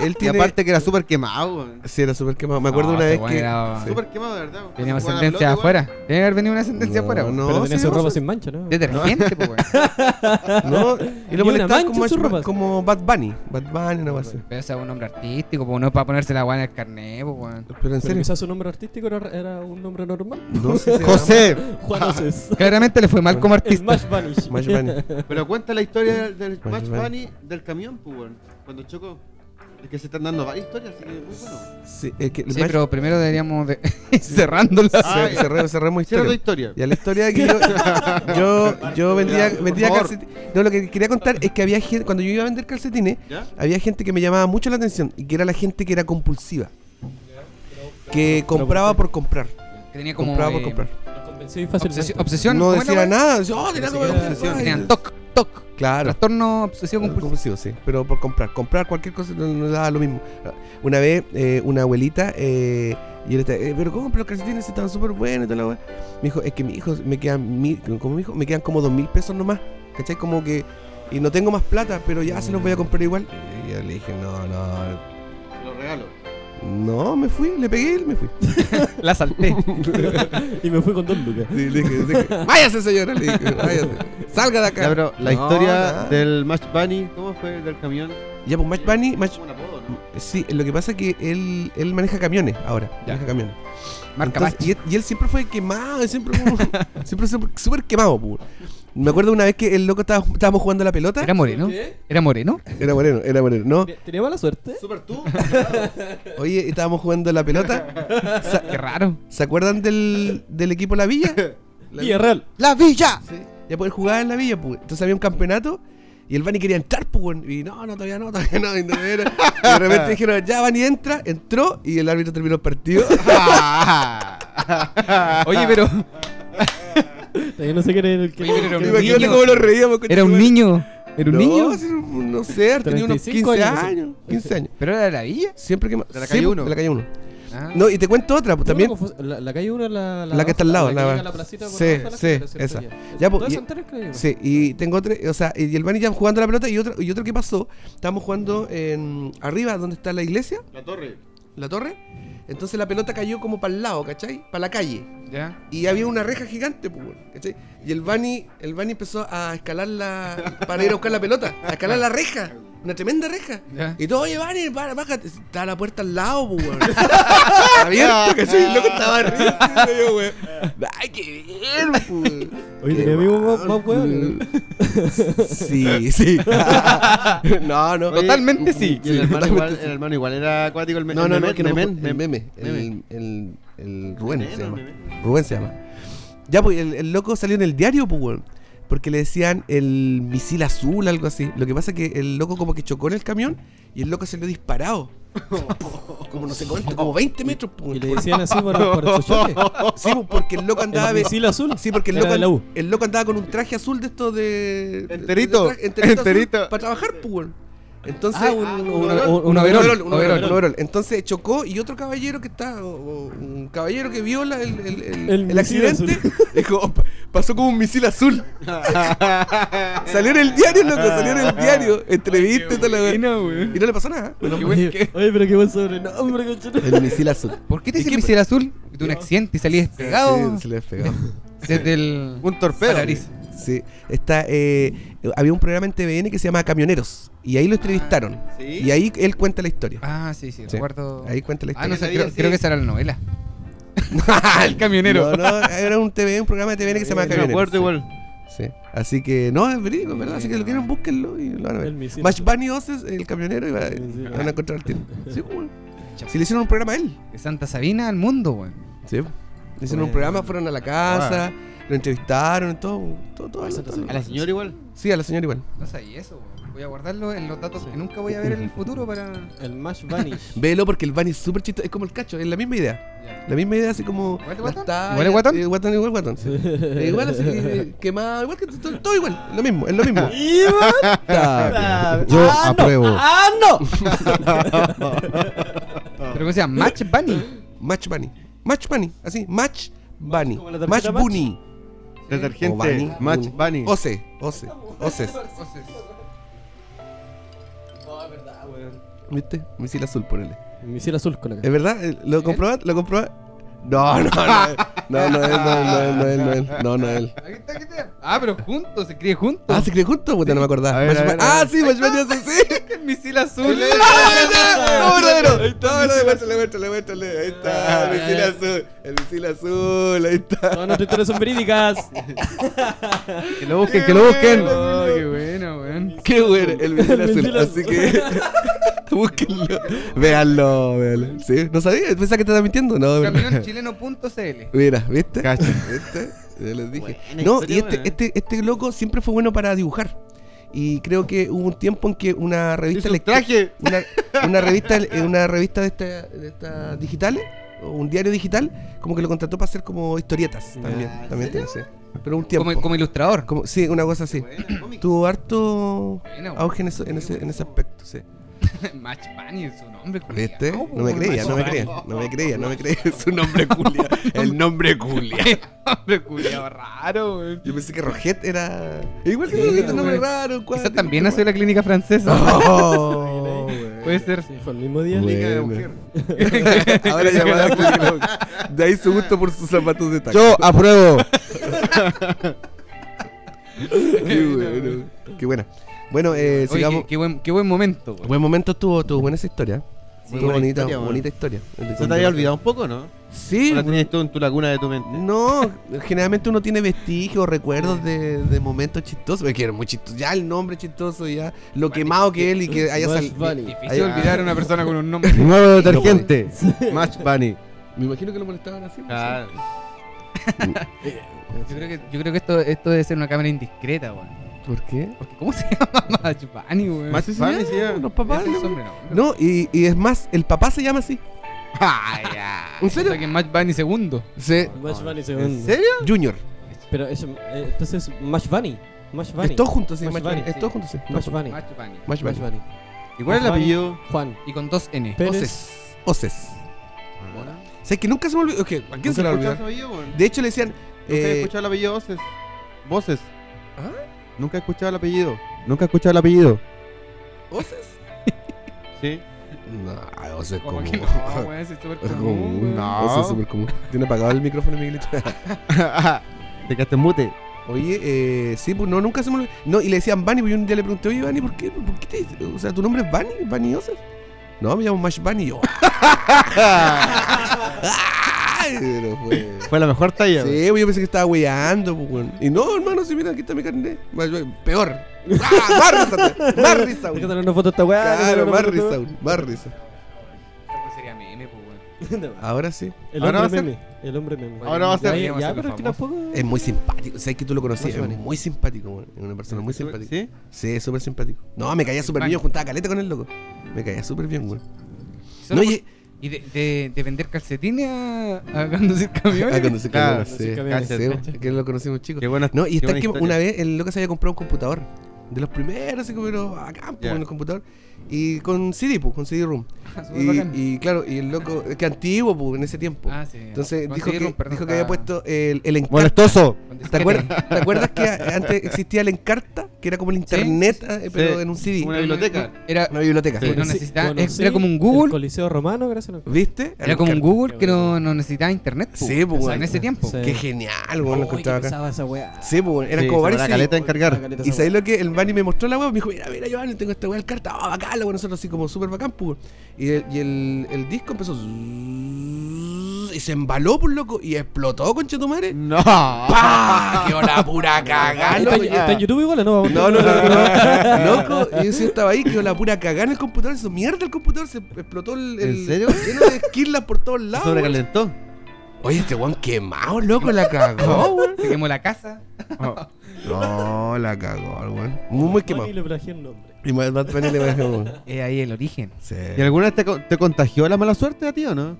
él Y tiene. aparte que era súper quemado. güey. Sí, era súper quemado. Me acuerdo No, una ese vez weón que. era- sí. Súper quemado, de verdad. güey. Teníamos Jugaba a la sentencia pelota, güey. afuera. Tiene que haber venido una sentencia No, afuera. weón. no. Pero tenía sí, su no ropa sé. sin mancha, ¿no? Detergente, pues, weón. No, y una lo molestaban mancha como, en su Ash- ropa. como Bad Bunny. Bad Bunny, una base. Pero ese es un nombre artístico, pues, no para ponerse la weón en el carnet, pues, weón. Pero en Pero serio. quizás su nombre artístico era, era un nombre normal. No sé si José, Ah. Juan Oces. Claramente le fue mal como el artista. Mash Bunny. era Match Bunny. pero cuenta la historia del, del Match Match Bunny. Bunny del camión, pues, güey, cuando chocó. Es que se están dando varias historias, así que muy bueno. Sí, es que el Sí, Match- pero primero deberíamos de... cerrándola. Ah, Cer- ya. cerré- cerremos Cierra tu historia. historia. Y a la historia de que yo, yo, yo vendía, Por vendía favor. calcetines. No, lo que quería contar es que había gente, cuando yo iba a vender calcetines, ¿Ya? había gente que me llamaba mucho la atención y que era la gente que era compulsiva. Que compraba por comprar. Que tenía como Compraba por eh, comprar. Lo convencí obsesi- fácilmente. obsesión. No ¿cómo era, decía weón? nada. decía, "Oh, tenía Ni como siquiera obsesión". Tenían toc, toc. Claro. Trastorno obsesivo compulsivo. Compulsivo, sí. Pero por comprar. Comprar cualquier cosa no- nos daba lo mismo. Una vez, eh, una abuelita, eh, y yo le estaba, eh, pero ¿cómo? Pero los calcetines están súper buenos y toda la weá. Me dijo, es que mi hijo me quedan mil, como mi hijo, me quedan como dos mil pesos nomás. ¿Cachai? Como que. Y no tengo más plata, pero ya se los voy a comprar igual. Y yo le dije, no, no. Lo regalo. No, me fui, le pegué y me fui. La salté. Y me fui con dos lucas. Sí, le dije, le dije, váyase, señora, le dije, váyase. Salga de acá. Ya, pero la No, historia nada. del Match Bunny, ¿cómo fue del camión? Ya, pues Match Bunny, Match- un apodo, ¿no? Sí, lo que pasa es que él, él maneja camiones ahora. Ya. Maneja camiones. Marca Entonces, Pachi. y, él- y él siempre fue quemado, siempre fue un- siempre fue súper quemado. pu. Me acuerdo una vez que el loco estaba, estábamos jugando a la pelota. ¿Era moreno? ¿Qué? ¿Era moreno? Era moreno, era moreno, ¿no? ¿Tenía mala suerte? Super tú. Oye, estábamos jugando a la pelota. Qué raro. ¿Se acuerdan del, del equipo La Villa? La- Y es real. ¡La villa! Sí. Ya poder jugar en la villa, pues. Entonces había un campeonato y el Vani quería entrar, pues, weón. Y no, no, todavía no, todavía no. Y, no era. Y de repente dijeron, ya Vani entra, entró y el árbitro terminó el partido. Ah. Oye, pero Todavía no sé quién era el que. Oye, pero era un que- Imagínate niño. cómo lo reíamos. con era un este niño. ¿Era un weón. niño? No, sí, era un- no sé, tenía unos 35 15 años. años, sí. 15 años. ¿Pero era de la villa? Siempre que ma- De la sí, calle po, uno. De la calle 1. Ah. No, y te cuento otra, pues Uno también. lo confu- La, la calle 1 la, La que está al lado, la, la- que llega a la placita por sí, abajo de la sí, escalera, ¿cierto? esa. Ya, Ya, po, Todas y- son tres, creo yo. Sí, y tengo otro, o sea, y el Vani ya jugando a la pelota y otro, y otro que pasó, estábamos jugando en arriba donde está la iglesia, La torre. la torre. Entonces la pelota cayó como para el lado, ¿cachai? Para la calle. Ya. Y había una reja gigante, pues, weón, ¿cachai? Y el Bani, el Bani empezó a escalar la. para ir a buscar la pelota, a escalar la reja. Una tremenda reja. Ya. Y todo, oye, Bani, para, bájate. Estaba la puerta al lado, pues, weón. Abierto, ¿cachai? El loco estaba arriba. yo, weón. Ay, qué bien, pues. weón. Oye, tenía amigos más, más hueones, ¿no? Sí, sí. no, no. Totalmente sí. Y el, totalmente hermano igual, sí. el hermano igual era acuático, el, me- No, el no, no, memen, es que no me memen, acuerdo. el mem- meme, el, el, el Rubén Memen, se llama. memen. Rubén se llama. Ya, pues el, el loco salió en el diario, pues, weón. Porque le decían el misil azul, algo así. Lo que pasa es que el loco como que chocó en el camión y el loco salió disparado. como no sé cuánto, como 20 metros, pues, weón. Y le decían así por, por estos choques. Sí, pues, porque el loco andaba... El ve- misil azul. Sí, porque el Era loco, de la U. el loco andaba con un traje azul de estos de. Enterito, de traje- enterito. enterito. Para trabajar, pues, weón. Entonces. Ah, un, un, un, un, overol, un overol, un overol, overol. un overol. Entonces chocó y otro caballero que está. o- o un caballero que vio la- el, el, el- El el misil accidente. azul. Dijo, "Opa, pasó como un misil azul. salió en el diario, loco, salió en el diario. Entrevista y tal, Y no, güey. Y no le pasó nada. Qué buen- Oye, qué- oye, pero qué buen sobrenombre, cochero. El misil azul. ¿Por qué te ¿Y hiciste qué- misil azul? De un accidente y salí despegado Sí, se le pegó. desde el Un torpedo. parabrisas. Sí, está, eh, había un programa en TVN que se llama Camioneros y ahí lo entrevistaron Ah, ¿sí? y ahí él cuenta la historia. Ah, sí, sí, Sí. recuerdo. Ahí este cuenta la Ah, historia. no sé, Ahí la creo, vi, creo sí. que esa era la novela. el No, camionero. no, era un TV, un programa de TVN que se llama Yo me Camioneros. acuerdo igual. Sí. Así que no, es verídico, ¿verdad? Así que lo quieren, búsquenlo y lo van a El ver. misil. Match Bunny Oses, el camionero, y va- El misil. van a encontrar el tiempo. Sí, pues, bueno. Si le hicieron un programa a él. De Santa Sabina al mundo, güey. Sí. Le hicieron un Bueno. programa, fueron a la casa, lo entrevistaron, todo, todo, todo, Eso todo. A la señora igual. Sí, a la señora igual. No sabía eso, güey. Voy a guardarlo en los datos que nunca voy a ver en el futuro para. El Mash Bunny. Velo porque el Bunny es súper chistoso, es como el cacho, es la misma idea. Ya. La misma idea, así como. ¿Igual de las guatón? tallas, ¿Igual de guatón? eh, guatón, igual guatón. sí. Eh, igual así, eh, quemado, igual que todo, todo igual. Lo mismo, es lo mismo. Yo ah, apruebo. No. ¡Ah, no! Pero ¿cómo se llama? Match Bunny. Match Bunny. Match Bunny, así, Match Bunny. como la tarjeta Match Match. Bunny. O Bunny, Detergente, Match Bunny. Bunny. Ose, Ose, Oses. Entonces, ¿Viste? Misil azul, ponele. El misil azul con la ¿Es cara. verdad? Eh, ¿Lo comprobas? ¿Lo comprobas? No, no, no. él. No, no, él, no, él, no, él, no, él, no, él. No, no, él. Aquí está, aquí está. Ah, pero juntos, se cree juntos. Ah, se cree junto, puta, no me acordaba. A ver, Match a ver, Bunny- a Ah, ver. sí, Match Bunny, Ose, sí. El misil azul. eh. No, verdadero. No, verdadero. Muéstrale, muéstrale, muéstrale. Ahí está, el misil azul. El misil azul, ahí está. Todas nuestras historias son verídicas. Que lo busquen, que lo busquen. Oh, qué bueno, weón. Qué bueno, el misil El azul. misil Así azul. que. Búsquenlo. Véanlo, véanlo. Sí, no sabía, pensaba que te estaba mintiendo. No, bro. Camionchileno.cl. Mira, ¿viste? Cacha. ¿Viste? Ya les dije. Buena no, historia, y este, buena. este, este loco siempre fue bueno para dibujar. Y creo que hubo un tiempo en que una revista Hizo un le- traje. una, una revista eh, una revista de esta- de estas digitales o un diario digital, como que lo contrató para hacer como historietas también. ¿en también serio? tiene, sí. Pero un tiempo. Como, como ilustrador. Como- sí, una cosa así. Tuvo harto Buena, auge en, eso- en ese, en ese aspecto, sí. Match Bunny es su nombre, culiao, ¿Viste? No me po, creía, Match no me Bunny. creía, no me creía, no me creía. Su nombre Julia. El nombre Julia. Nombre culiao raro, güey. Yo pensé que Roget era. Igual que Sí, Roget, un nombre güey. raro. cuático, Quizá también nació en la clínica francesa. Oh, güey. Puede ser. Sí, fue el mismo día. Güey. Clínica de Bueno. mujer. Ahora llamada Julio. De ahí su gusto por sus zapatos de taco. Yo apruebo. Qué bueno. Qué buena. Bueno, eh, Oye, sigamos. qué, qué buen, qué buen momento, güey. Buen momento estuvo, tuvo buena esa historia. Sí, Estuvo buena bonita, historia, bueno. bonita historia. Se te había olvidado un poco, ¿no? Sí. ¿O la tenías tú en tu laguna de tu mente. No, generalmente uno tiene vestigios, recuerdos de, de momentos chistosos. Es que era muy chistoso. Ya el nombre chistoso, ya lo quemado que él y que haya Bugs salido. Bunny. Difícil olvidar a una persona con un nombre. Nuevo detergente. Match Bunny. Me imagino que lo molestaban así. pues, Claro. Yo creo que, yo creo que esto, esto debe ser una cámara indiscreta, güey. ¿Por qué? Porque ¿cómo se llama Match Bunny, güey? Match Bunny, sí. ya. Los Ese papás. es ¿no? su sobrenombre. No, y, y es más, el papá se llama así. Ay, ay. ¿En serio? Ah, O sea que Match Bunny segundo. Sí. Mash Bunny segundo. ¿En serio? Junior. Pero eso, eh, entonces, Mash Bunny. Mash Bunny. Es todo junto, sí. Mash Mash Bunny, Bunny, Es sí. todo junto, sí. Mash Mash Bunny. Match Bunny. Mash Mash Bunny. Bunny. ¿Y cuál es el Bunny. apellido? Juan. Y con dos N. Pérez. Oces. Oces. Sé que nunca se me olvidó. ok, ¿A quién se le olvidó? ¿Nunca escuchaste el apellido, weón? De hecho, le decían. Nunca he eh, escuchado el apellido Voces. Voces. ¿Ah? Nunca he escuchado el apellido. Nunca he escuchado el apellido. ¿Oces? Sí. No, Oces ¿Cómo como. que no, güey? Ese Es súper Es común, común, güey. No. Eso es súper común. Tiene apagado el micrófono, Miguelito. Te quedaste en mute. oye, eh, sí, pues no, nunca se me olvidó. No, y le decían Bunny, pues yo un día le pregunté, oye, Bunny, ¿por qué? ¿Por qué te, o sea, ¿tu nombre es Bunny? ¿Bunny Oces? No, me llamo Mash Bunny. Yo, ay, pero fue. Fue la mejor talla. Sí, pues yo pensé que estaba weando, pues, weón. Y no, hermano, sí, mira, aquí está mi carnet. Más- Peor. ¡Ah, más risa! Más risa, Hay que weón. tener una foto a esta weá. Ah, hay que Claro, sacarle una más foto a esta risa, weón, más risa. Ese Sería meme, pues, güey. weá. Ahora sí. El hombre Ahora va a ser- meme. El hombre meme. Ahora va a ser- Ya, va a Ya, ser pero es que famoso. tampoco. Es muy simpático. Sabes que tú lo conocías. Es muy simpático, weón. Es una persona muy simpática. ¿Sí? Sí, súper simpático. No, me caía súper bien. Yo juntaba caleta con el loco. Me caía súper bien, güey. Solo No, oye. Y de, de, de vender calcetines a, a conducir camiones. Ah, cuando se Claro, cagó, sí. cuando se Sí, cagó. güey, que lo conocimos chicos. Qué buena. No, y qué está buena que historia. una vez el loco se había comprado un computador. De los primeros, así que pero acá, Ya. con el computador. Y con CD, pues, con CD-ROOM. Ah, Súper Y, bacán. y claro, y el loco, es que antiguo, pues, en ese tiempo. Ah, sí. Entonces Con dijo que, CD-ROM, perdón, dijo que había ah, puesto el, el encarta. Molestoso. con ¿Te disquete. acuerdas, ¿Te acuerdas que a- antes existía el encarta? Que era como el internet, eh, pero en un CD. Una biblioteca. Era, Una biblioteca. Sí. no Conocí- necesitaba- conocí era como un el Google. Coliseo romano, gracias a ¿Viste? era como un Encarta. Google que no, no necesitaba internet. po. Sí, po, O sea, güey. en ese tiempo. Sí. Qué genial, weón, lo encontraba acá. esa weá. Sí, pues, eran Sí, como se me varios. da CDs. caleta de encargar. eh. Y sabés lo que el Bani me mostró la web, me dijo, mira, mira, Giovanni, tengo esta weá del carta, ah, bacán, la wea, nosotros así como súper bacán, pues. Y, el, y el, el disco empezó zzzz, y se embaló, pues loco, y explotó, concha tu madre. No. ¡Pah! ¡Qué la pura cagada, ¿Está, loco! en- está en YouTube igual o no? No, no, no, no, no. Loco, y yo sí estaba ahí, quedó la pura cagada en el computador, hizo mierda el computador, se explotó el. el- ¿En serio? Lleno de esquirlas por todos lados. weón. Sobrecalentó. Oye, este weón quemado, loco, la cagó, weón. Se quemó la casa. No, la cagó, weón. Muy, muy quemado. Y le plagié el nombre. Y Bad Bad Bunny le va a dejar un- Es ahí el origen. Sí. ¿Y alguna vez te, co- te contagió la mala suerte a ti o no?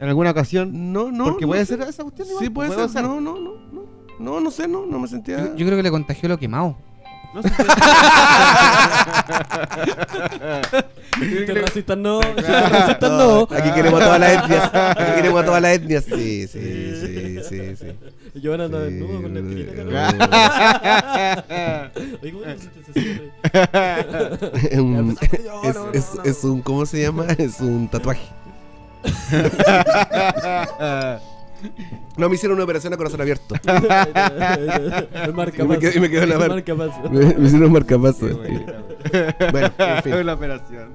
¿En alguna ocasión? No, no. Porque no puede sé. ser esa cuestión. Sí, igual, puede ser. puede No, no, no, no. No, no sé, no, no me sentía. Yo, yo creo que le contagió lo quemado. No sé. Chiste racista no, chiste racista no. Ah, Aquí queremos a todas las etnias. Aquí queremos a todas las etnias. Sí, sí, sí, sí, sí. Yo ahora ando Sí, desnudo con la espinita acá, ¿no? Oye, ¿cómo le hiciste ese cierre? Un- es, es, es un, ¿cómo se llama? Es un tatuaje. No me hicieron una operación a corazón abierto. El Y me quedé- marcapaso. y me quedé en la El mar- marcapaso. Me, me hicieron un marcapaso. Bueno, en fin. Es una operación.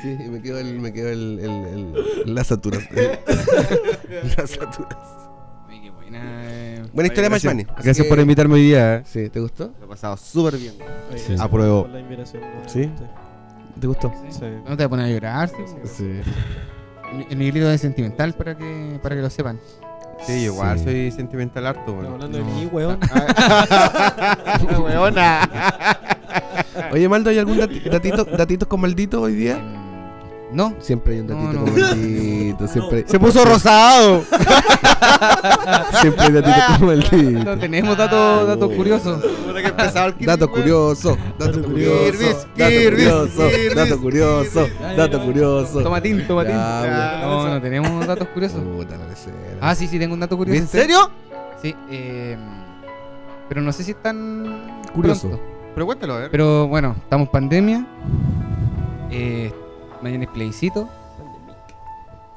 Sí, y me quedó el, me quedó el, el, el- la saturación. la saturación. Ay, qué buena. eh. Buena historia de Match Gracias, Bunny. Así gracias que- por invitarme hoy día. eh. Sí, ¿te gustó? Lo he pasado súper bien. Oye, Sí. gracias Apruebo. por la invitación, ¿no? Ah, Sí. ¿Te gustó? Sí. No te voy a poner a llorar. sí, pues. po. Sí. El- El Miguelito es sentimental para que, para que lo sepan. Sí, yo igual Sí. soy sentimental harto, Estamos weón. hablando de mí, weón. Ah, Weona. Oye, Maldo, ¿hay algún dati- datito, datitos con maldito hoy día? Mm, No. Siempre hay un No, datito no. como maldito. Siempre, Se puso rosado. siempre hay datito como No maldito. tenemos datos datos curiosos. Dato curioso, dato curioso, dato Kirby, curioso, Kirby, dato curioso, dato curioso. Tomatín, tomatín. Ah, Ya, No, no tenemos datos curiosos. weón. Puta la lesera. Ah, sí, sí, tengo un dato curioso. ¿En serio? Sí. eh, pero no sé si es tan Curioso. pronto. Pero cuéntalo, a ver. Pero bueno, estamos en pandemia. Eh, mañana es plebiscito.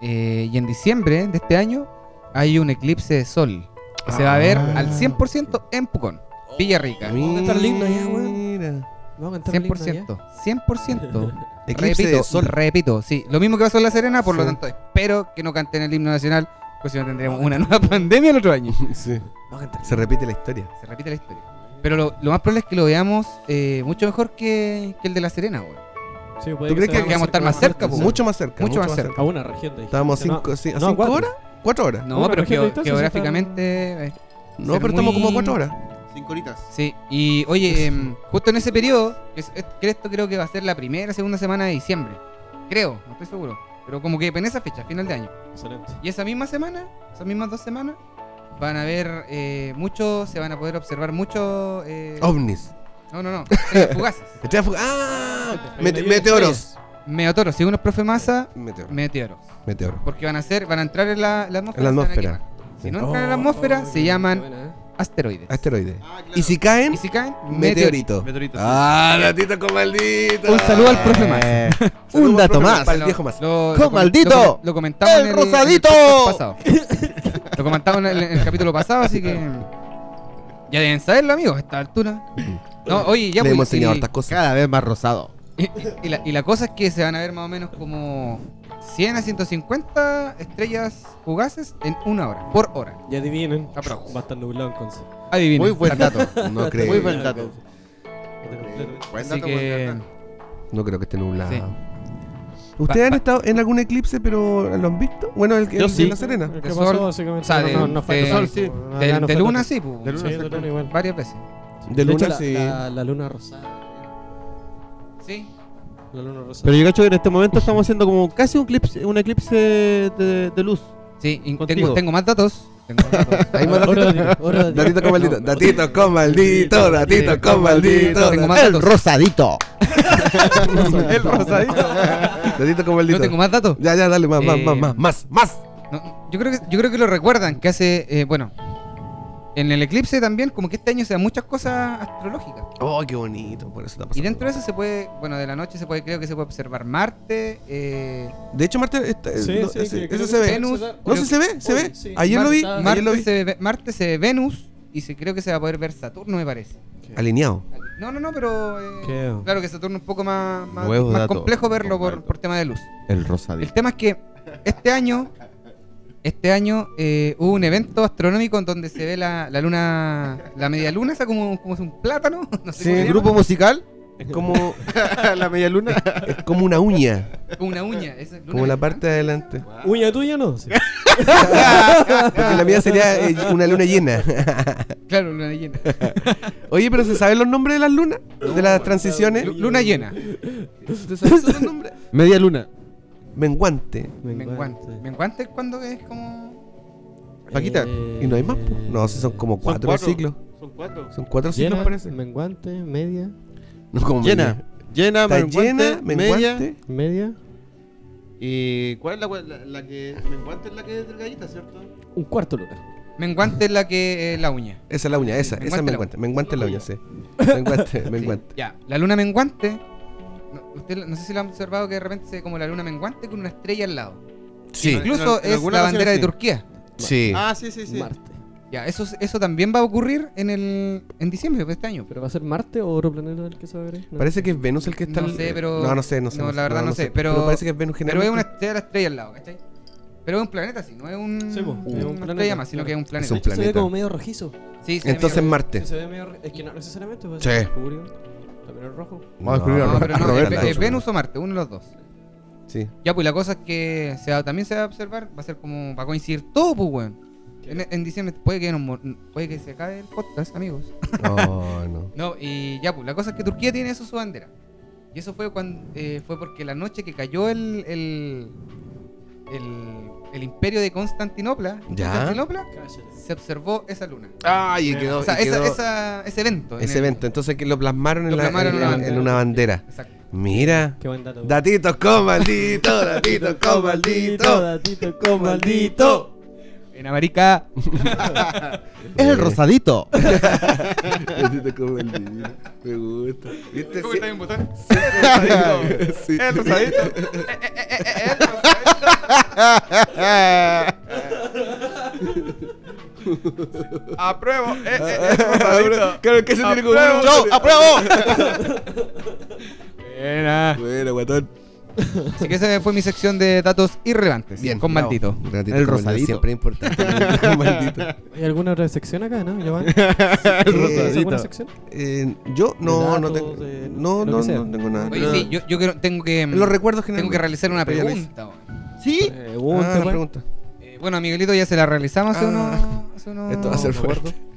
Eh, y en diciembre de este año hay un eclipse de sol que se va a ver Ah. al 100% en Pucón, Villarrica. ¿Cómo está el himno ya, weón? Mira. Vamos a cantar el himno 100%, 100%. Eclipse repito, de sol. repito, sí. Lo mismo que pasó en La Serena, por lo Sí. tanto espero que no canten el himno nacional, porque si no tendremos una nueva pandemia el otro año. Sí. ya. Vamos a cantar. Se repite la historia. Se repite la historia. Pero lo, lo más probable es que lo veamos eh, mucho mejor que, que el de La Serena, güey. Sí, puede ¿Tú crees sea que vamos a estar más cerca, po? Mucho más cerca. Mucho más cerca. pues? A una región de Estábamos a distancia, cinco, ci- a no, cinco cuatro. horas. ¿Cuatro horas? No, Una pero región geo- de distancia, geográficamente. eh, No, ser pero estamos muy- como a cuatro horas. Cinco horitas. Sí, y oye, em, justo en ese periodo, que es- es- que esto creo que va a ser la primera, segunda semana de diciembre. Creo, no estoy seguro. Pero como que en esa fecha, final de año. no. Excelente. Y esa misma semana, esas mismas dos semanas, van a haber eh, muchos, se van a poder observar muchos. eh, OVNIS. No, no, no, estrellas fugaces. Estrella fugaz. ¡Ah! Hay Mete- una meteoros. Meotoros, según los profe Massa, Meteoros. meteoros. Meteoros. Porque van a ser, van a entrar en la, la atmósfera. En la se van a atmósfera. quemar. Si no entran en la Oh, atmósfera, se llaman ¿eh? asteroides. Asteroides. Y si caen, Y si caen, meteorito. meteoritos. Meteoritos. Ah, gatito con maldito. Eh, Un saludo al profe Massa. Saludo Un al dato profe más. Para el viejo más. Lo, ¡Con comen- maldito! Lo, comen- lo comentamos ¡El en el rosadito! en el podcast pasado. lo comentamos en el, en el capítulo pasado, así que. Ya deben saberlo, amigos, a esta altura. No, oye, ya Le pues, hemos enseñado y, hartas cosas. Cada vez más rosado. y- y la, y la cosa es que se van a ver más o menos como 100 a 150 estrellas fugaces en una hora, por hora. Ya adivinen. Aprox. Va a estar nublado entonces. Adivinen. Muy buen dato. No Muy creo. buen dato. Buen Así dato, que. buen dato. No creo que esté nublado. Sí. ¿Ustedes Va- han va- estado en algún eclipse, pero lo han visto? Bueno, el, que Yo el sí. de La Serena. ¿Qué De pasó, sol, básicamente? o sea, de- no, no fue de- el sol, sol, sí. Ah, po. De, Acá no de fue luna, el sol. sí, pues. De luna, Sí, de luna igual. Varias veces. De hecho, luna, la- sí. La, la luna rosada. Sí. La luna rosada. Pero yo cacho que en este momento estamos haciendo como casi un eclipse, un eclipse de, de luz. Sí, y tengo, Contigo. tengo más datos. Tengo más datos. Ahí más Ahora datitos. digo, ahora digo. Datito con maldito. Datito con maldito. Datito con maldito. Tengo más El datos. rosadito. El rosadito. Datito con No maldito. tengo más datos. Ya, ya, dale, más, más, Eh, más, más, más, más. No, yo, creo que, yo creo que lo recuerdan, que hace, eh, bueno, en el eclipse también, como que este año se dan muchas cosas astrológicas. Oh, qué bonito. Por eso está pasando. Y dentro de eso se puede, bueno, de la noche se puede, creo que se puede observar Marte, eh, De hecho, Marte, está- eh, Sí, no, sí, ese- que- eso que- se ve. Venus. No, Creo sí se ve, se Uy, ve. sí. Ayer lo vi, Mar- ayer lo Marte vi. se, ve, Marte se ve Venus y se, creo que se va a poder ver Saturno, me parece. Alineado. No, no, no, pero eh, Creo. claro que Saturno es un poco más, más, Nuevo más dato. complejo verlo por, Nuevo por tema de luz. El El rosadito. tema es que este año, este año eh, hubo un evento astronómico en donde se ve la, la luna, la media luna, esa como, como es un plátano. No Sí, sé cómo se el llama, grupo musical? Es como, la media luna. es como una uña, como una uña. esa luna como la gigante. parte de adelante. Uña tuya no. Sí. Porque la mía sería eh, una luna llena. Claro, luna llena. Oye, pero ¿se saben los nombres de las lunas? De las transiciones. Lu- Luna llena. ¿Se saben los nombres? Media luna. Menguante. Menguante. Menguante es cuando es como. Paquita. Eh, Y no hay más. po. No, si son como cuatro, ciclos. Son cuatro. Son cuatro ciclos, Llena, parece. menguante, media, No, como Llena. Llena, Está menguante, llena, media. Ah, menguante. media. ¿Y cuál es la, la, la que. Menguante es la que es delgadita, ¿cierto? Un cuarto luna. Menguante es la que eh, la uña. Esa es la uña, esa, esa es Menguante menguante. Menguante es la uña, sí. Menguante, Sí, menguante. ya. La luna menguante. no- Usted, no sé si lo han observado que de repente se ve como la luna menguante con una estrella al lado. Sí, Incluso en- en es alguna la ocasión bandera de sí. Turquía. sí. Ah, sí, sí, sí. Marte. Ya, eso, eso también va a ocurrir en el en diciembre de este año. ¿Pero va a ser Marte o otro planeta el que se va a ver? No. Parece que es Venus el que está. No al- sé, pero- No, no sé, no sé. no, la verdad no sé, pero- parece que es Venus Pero es una generalmente. estrella, la estrella al lado, ¿cachai? Pero es un planeta, sí, no es un, Sí, po, una es un planeta, estrella más, sino claro. que es un planeta. Es un De hecho, Se ve planeta. como medio rojizo. Sí, sí, Entonces amigo. Marte. Sí, Se ve medio ro- Es que no necesariamente. puede Sí. ser oscuro, También es rojo. Vamos a descubrir a No, pero no, Roberto es- es, Lazo. eh, Venus o Marte, uno de los dos. Sí. Ya, pues la cosa es que se va- también se va a observar, va a ser como, va a coincidir todo, pues, weón. En, en diciembre puede que, nos mor- puede que se acabe el podcast, amigos. No, no. No, y ya, pues la cosa es que Turquía tiene eso su bandera. Y Y eso fue cuando fue porque la noche que cayó el el, el, el imperio de Constantinopla, Ya. Constantinopla, Cállate. se observó esa luna. Ay, y quedó, o sea, y esa- quedó esa- ese evento. en ese el- evento. Entonces que lo plasmaron, Lo en, la- plasmaron en- en una en- en bandera. una bandera. Exacto. Mira. Qué buen dato. Datitos con maldito, datitos con maldito. Datito con maldito. En América. Eh. Es el rosadito. Datitos con maldito. Me gusta. ¿Viste? ¿Cómo Sí- está un botón? Sí. El rosadito. El rosadito. Apruebo. Eh, eh, eh, Claro, Ah, claro, que se tiene como Apruebo. uno- apruebo. Bueno, guatón. Así que esa fue mi sección de datos irrelevantes. Bien. Con bravo. maldito. Ratito El con maldito, rosadito. Siempre es importante. ratito con maldito. ¿Hay alguna otra sección acá, no, Giovanni? ¿Tienes rosadito. alguna sección? Eh, yo no, datos, no tengo. de- No, de lo no, que sea. no tengo nada. Oye, sí, yo, yo quiero- tengo que. Los recuerdos que Tengo que realizar una Realiza. pregunta. weón. ¿Sí? Pregunta, Ah, la pues. pregunta. Eh, bueno, a Miguelito ya se la realizamos hace Ah. uno. Hace uno Esto va a ser Sí, fuerte. esto-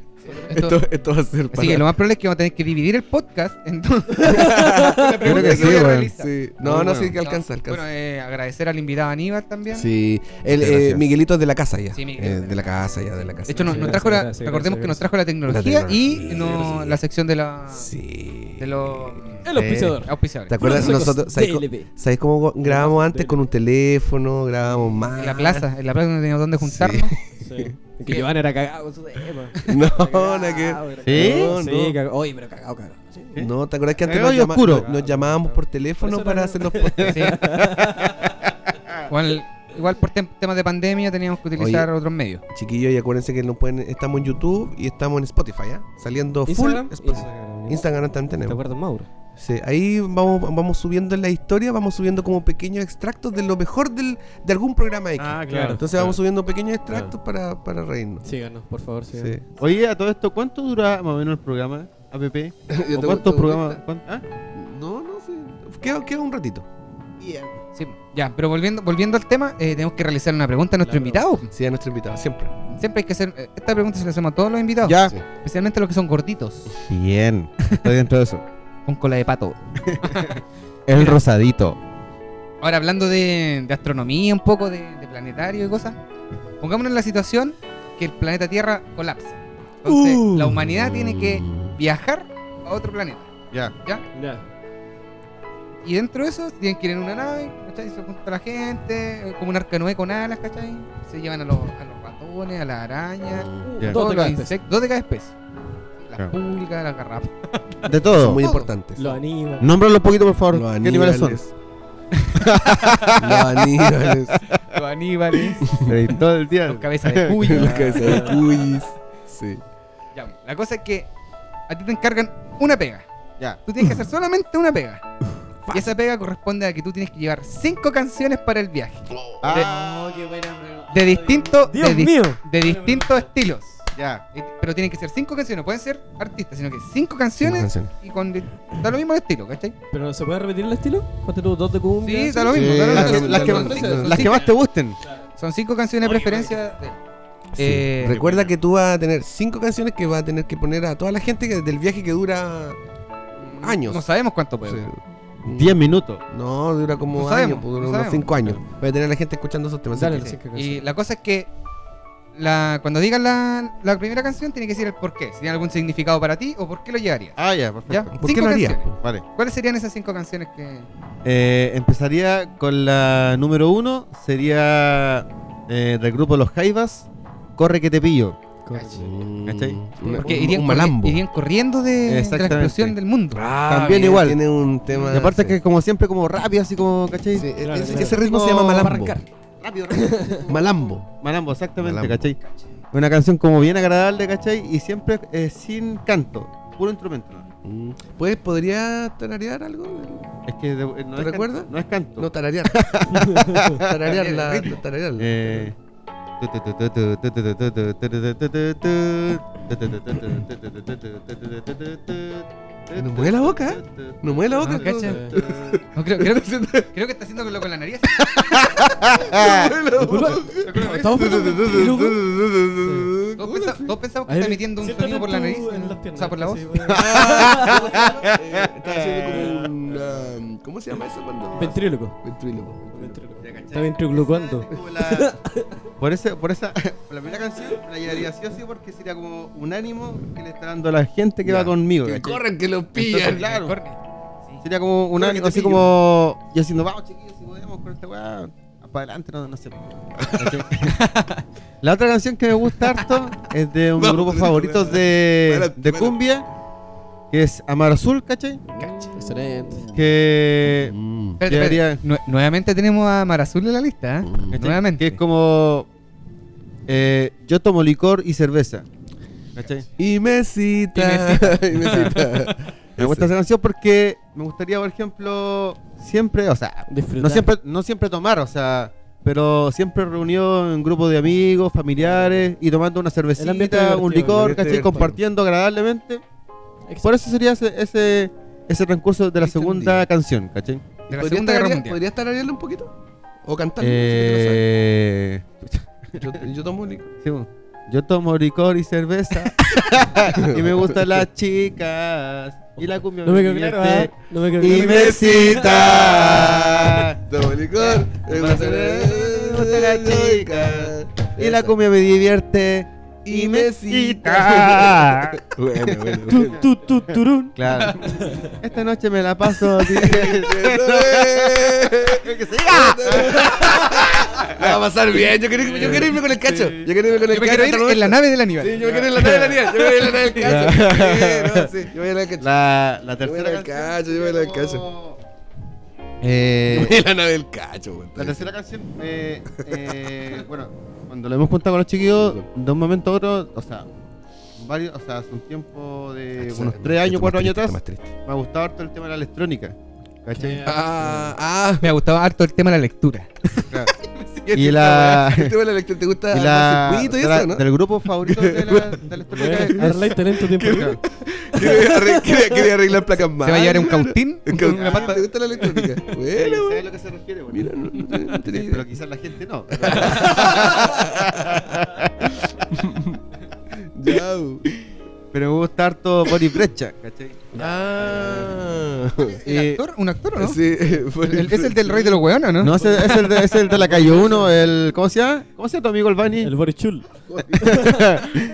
Esto, esto va a ser Así que lo más probable es que vamos a tener que dividir el podcast. Entonces, la Yo creo pregunta que que sí, voy a weón, realizar. sí. No, no, Muy sí, bueno. que alcanza, alcanza. Bueno, eh, agradecer al invitado Aníbal también. sí, el, Muchas eh, gracias. Miguelito es de la casa ya. Sí, Miguel. Eh, de la casa ya, de la casa. De hecho, nos, Sí, nos gracias, trajo la, gracias, recordemos gracias, que nos trajo la tecnología, La tecnología, y no, sí. la sección de la sí. de los El auspiciador. Eh. auspiciadores. ¿Te acuerdas? Consejos Nosotros, ¿sabes, cómo- DLP? sabes cómo grabamos antes con un teléfono? Grabábamos más. En la plaza, en la plaza no teníamos dónde juntarnos. Sí. Que Giovanni era cagado con su tema. No, Cagado, nada que ver. era ¿Sí? cagado. No, no. Sí, cagado. Oye, pero cagado, cagado. Sí. No, ¿te acuerdas que antes Cagado nos, y llama- oscuro. nos- nos llamábamos por teléfono Por eso para era- hacer los podcasts? Sí. Igual, igual por tem- temas de pandemia teníamos que utilizar Oye. otros medios. Chiquillos, y acuérdense que no pueden, estamos en YouTube y estamos en Spotify, ¿ah? Saliendo full Instagram. Spotify. Instagram. Instagram también ¿Te tenemos. acuerdas, Mauro? Sí, ahí vamos, vamos subiendo en la historia, vamos subiendo como pequeños extractos de lo mejor del, de algún programa X. Ah, claro. Entonces vamos subiendo pequeños extractos para, para reírnos. Síganos, por favor, síganos. Sí. Oye, a todo esto, ¿cuánto dura más o menos el programa? APP. Yo ¿O te- ¿Cuántos te- programas? cuán- ¿Ah? No, no sé. Queda, queda un ratito. Sí, ya, pero volviendo, volviendo al tema, eh, tenemos que realizar una pregunta a nuestro La invitado. Sí, a nuestro invitado, siempre. Siempre hay que hacer. eh, Esta pregunta se la hacemos a todos los invitados, Ya. Sí. especialmente a los que son gorditos, Bien. Estoy dentro de eso. con cola de pato. El rosadito. Ahora, hablando de, de astronomía, un poco de, de planetario y cosas, pongámonos en la situación que el planeta Tierra colapsa. Entonces, Uh. la humanidad tiene que viajar a otro planeta. Ya. Ya. Y dentro de eso, tienen que ir en una nave, ¿cachai? Se junta la gente, eh, como un arca noé con alas, ¿cachai? Se llevan a los, a los ratones, a las arañas, Ya. Todo todos te los cagaste. insectos, dos de cada especie. Las Claro. pulgas, las garrapas. De todo. Son muy Todo. importantes. Lo anima. Nómbralo un poquito, por favor. Los ¿Qué animales son? Los aníbales. Los aníbales, todo el día. los cabezas de cuyo. Los cabezas de cuyis. Sí. Ya, la cosa es que a ti te encargan una pega. Ya. Tú tienes que hacer solamente una pega. Y esa pega corresponde a que tú tienes que llevar cinco canciones para el viaje. Oh. Ah, De distinto, Dios de, dis- mío. de distintos estilos. ya. Eh, Pero tienen que ser cinco canciones, no pueden ser artistas, sino que cinco canciones Canción. y con di- da lo mismo el estilo, ¿cachai? ¿Pero no se puede repetir el estilo? Ponte tú dos de cumbia. Sí, así. da lo mismo. Sí, da lo las mismo. que- las que- Son cinco- son Las que cinco- más te gusten. Son cinco canciones de preferencia. de- Sí. Eh, Recuerda que tú vas a tener cinco canciones que vas a tener que poner a toda la gente que- del viaje que dura años. No sabemos cuánto puede. Sí. Diez minutos. No, dura como No años, sabemos, pues, dura no unos sabemos. 5 años. Voy a tener a la gente escuchando esos temas. así Dale, que- sí, que- Y la cosa es que la, cuando digas la, la primera canción, tiene que decir el por qué. Si tiene algún significado para ti o por qué lo llevarías. Ah, ya, ¿Ya? perfecto. ¿Por qué lo harías? canciones. Vale. ¿Cuáles serían esas cinco canciones que.? Eh, empezaría con la número uno. Sería eh, del grupo Los Jaivas. Corre que te pillo. Correcto. ¿Cachai? Un, Porque un- irían, un corri- malambo. irían corriendo de, de la Exactamente. explosión del mundo. Ah, También bien, igual. Tiene un tema. Y aparte Ah, sí. que como siempre, como rápido, así como, ¿cachai? Sí, e- Claro, ese, claro. ese ritmo se Como llama para malambo. Arrancar. Rápido, rápido. Malambo. Malambo, exactamente, Malambo. ¿cachai? Una canción como bien agradable, ¿cachai? Y siempre eh, sin canto, puro instrumento. ¿no? Mm. ¿Puedes, ¿Podría tararear algo? Es que de- eh, no ¿Te es recuerdas? canto, no es canto. No, tararear. tararear Tararear el ritmo. la. Tararear la- Eh, No mueve la boca, ¿eh? No mueve la boca. Ah, cacha. No, creo, creo, que, creo que está haciéndolo con la nariz. Ah, Estamos jugando. Todos, pensa- todos pensamos que Ahí está le- emitiendo un siéntate sonido por la tú nariz. en las o sea, por la voz. piernas, así, bueno. Está haciendo como un. um, ¿Cómo se llama eso cuando.? Ventríloco. Ventríloco. Ventríloco. Ya, ¿cachai? Está ventrilocuando. Como la- por, ese, por esa, por la primera canción la llevaría sí o sí porque sería como un ánimo que le está dando a la gente que Ya. va conmigo. Que ¿cachai? corran, que los Entonces, pillan. claro, Sí. sería como un Corre que ánimo te así pillo. como yo haciendo, vamos chiquillos, si podemos con esta weá, para adelante, no, no sé. ¿cachai? la otra canción que me gusta harto es de un Vamos grupo con esta favorito weá. de, Adelante, de adelante. cumbia, que es Amar Azul, ¿cachai? Excelente. Que Espérate, espérate. llevaría... Nue- nuevamente tenemos a Marazul en la lista. ¿eh? Mm. ¿Cachai? Nuevamente. Que es como. eh, yo tomo licor y cerveza. ¿Cachai? Y mesita. Y mesita. Me gusta esa canción porque me gustaría, por ejemplo, siempre, o sea, Disfrutar. no siempre, no siempre tomar, o sea, pero siempre reunido en grupos de amigos, familiares y tomando una ambiente cervecita, divertido, un el licor, ambiente ¿cachai? divertido. Compartiendo agradablemente. Ex- Por eso sería ese, ese, ese recurso de la segunda canción, ¿cachai? De la ¿Podría Segunda Guerra tararear- Mundial. ¿Podría tararearlo un poquito? ¿O cantar? Eh, yo, yo tomo un licor. Sí, bueno. yo tomo licor y cerveza. y me gustan las chicas. Y la cumbia No me quedó divierte. claro, ¿ah? No me quedó Y claro. besita. Tomo licor. Me gustan las chicas. ¿ah? Y la cumbia me divierte. Y Y mesita. mesita. Bueno, bueno, bueno. Tu, tu, turun. Claro. Esta noche me la paso. ¡Que Va a pasar bien. Yo quiero, yo quiero irme con el cacho. Yo quiero irme con el Yo me cacho. quiero hasta el ir en la momento. nave del Aníbal. Sí, yo me quiero ir en la nave de la niña. Yo me voy a ir en la nave del cacho. Sí, no, sí, Yo voy a ir en la del cacho. la, la Yo voy a ir tercera en la del canción. cacho. Yo voy a ir en la del cacho. Yo Eh, voy a ir en la nave del cacho, güey. La tercera canción, eh, eh, bueno, cuando lo hemos juntado con los chiquillos, de un momento a otro, o sea, varios, o sea, hace un tiempo Ah, de unos 3 años, 4 años atrás, me ha gustado harto el tema de la electrónica. ¿Cachai? Ah, ah. me ha gustado harto el tema de la lectura. Claro. Y la. Este güey, la electro- ¿Te gusta Y armar la circuito y de la- eso, no? Del grupo favorito de la, de la electrónica. Bueno, es- Arlay, talento tiempo. libre. claro. Quería arreglar, quería- quería arreglar placas más. Se va a llevar un cautín. Un cautín. ¿Te gusta la electrónica? Bueno, ¿Sabes a lo que se refiere? bueno? mira, no, no, no tenía Sí, idea. pero quizás la gente no. pero- Ya, bu. Pero me gusta harto Boris Brecha, ¿cachai? Eh, Ah. ¿El actor? ¿Un actor o no? Sí, por El- es el del rey de los hueones, ¿no? No, ese- ese es el de, ese es el de la calle 1, el. ¿Cómo se llama? ¿Cómo se llama tu amigo el Bani? El Boris Chul.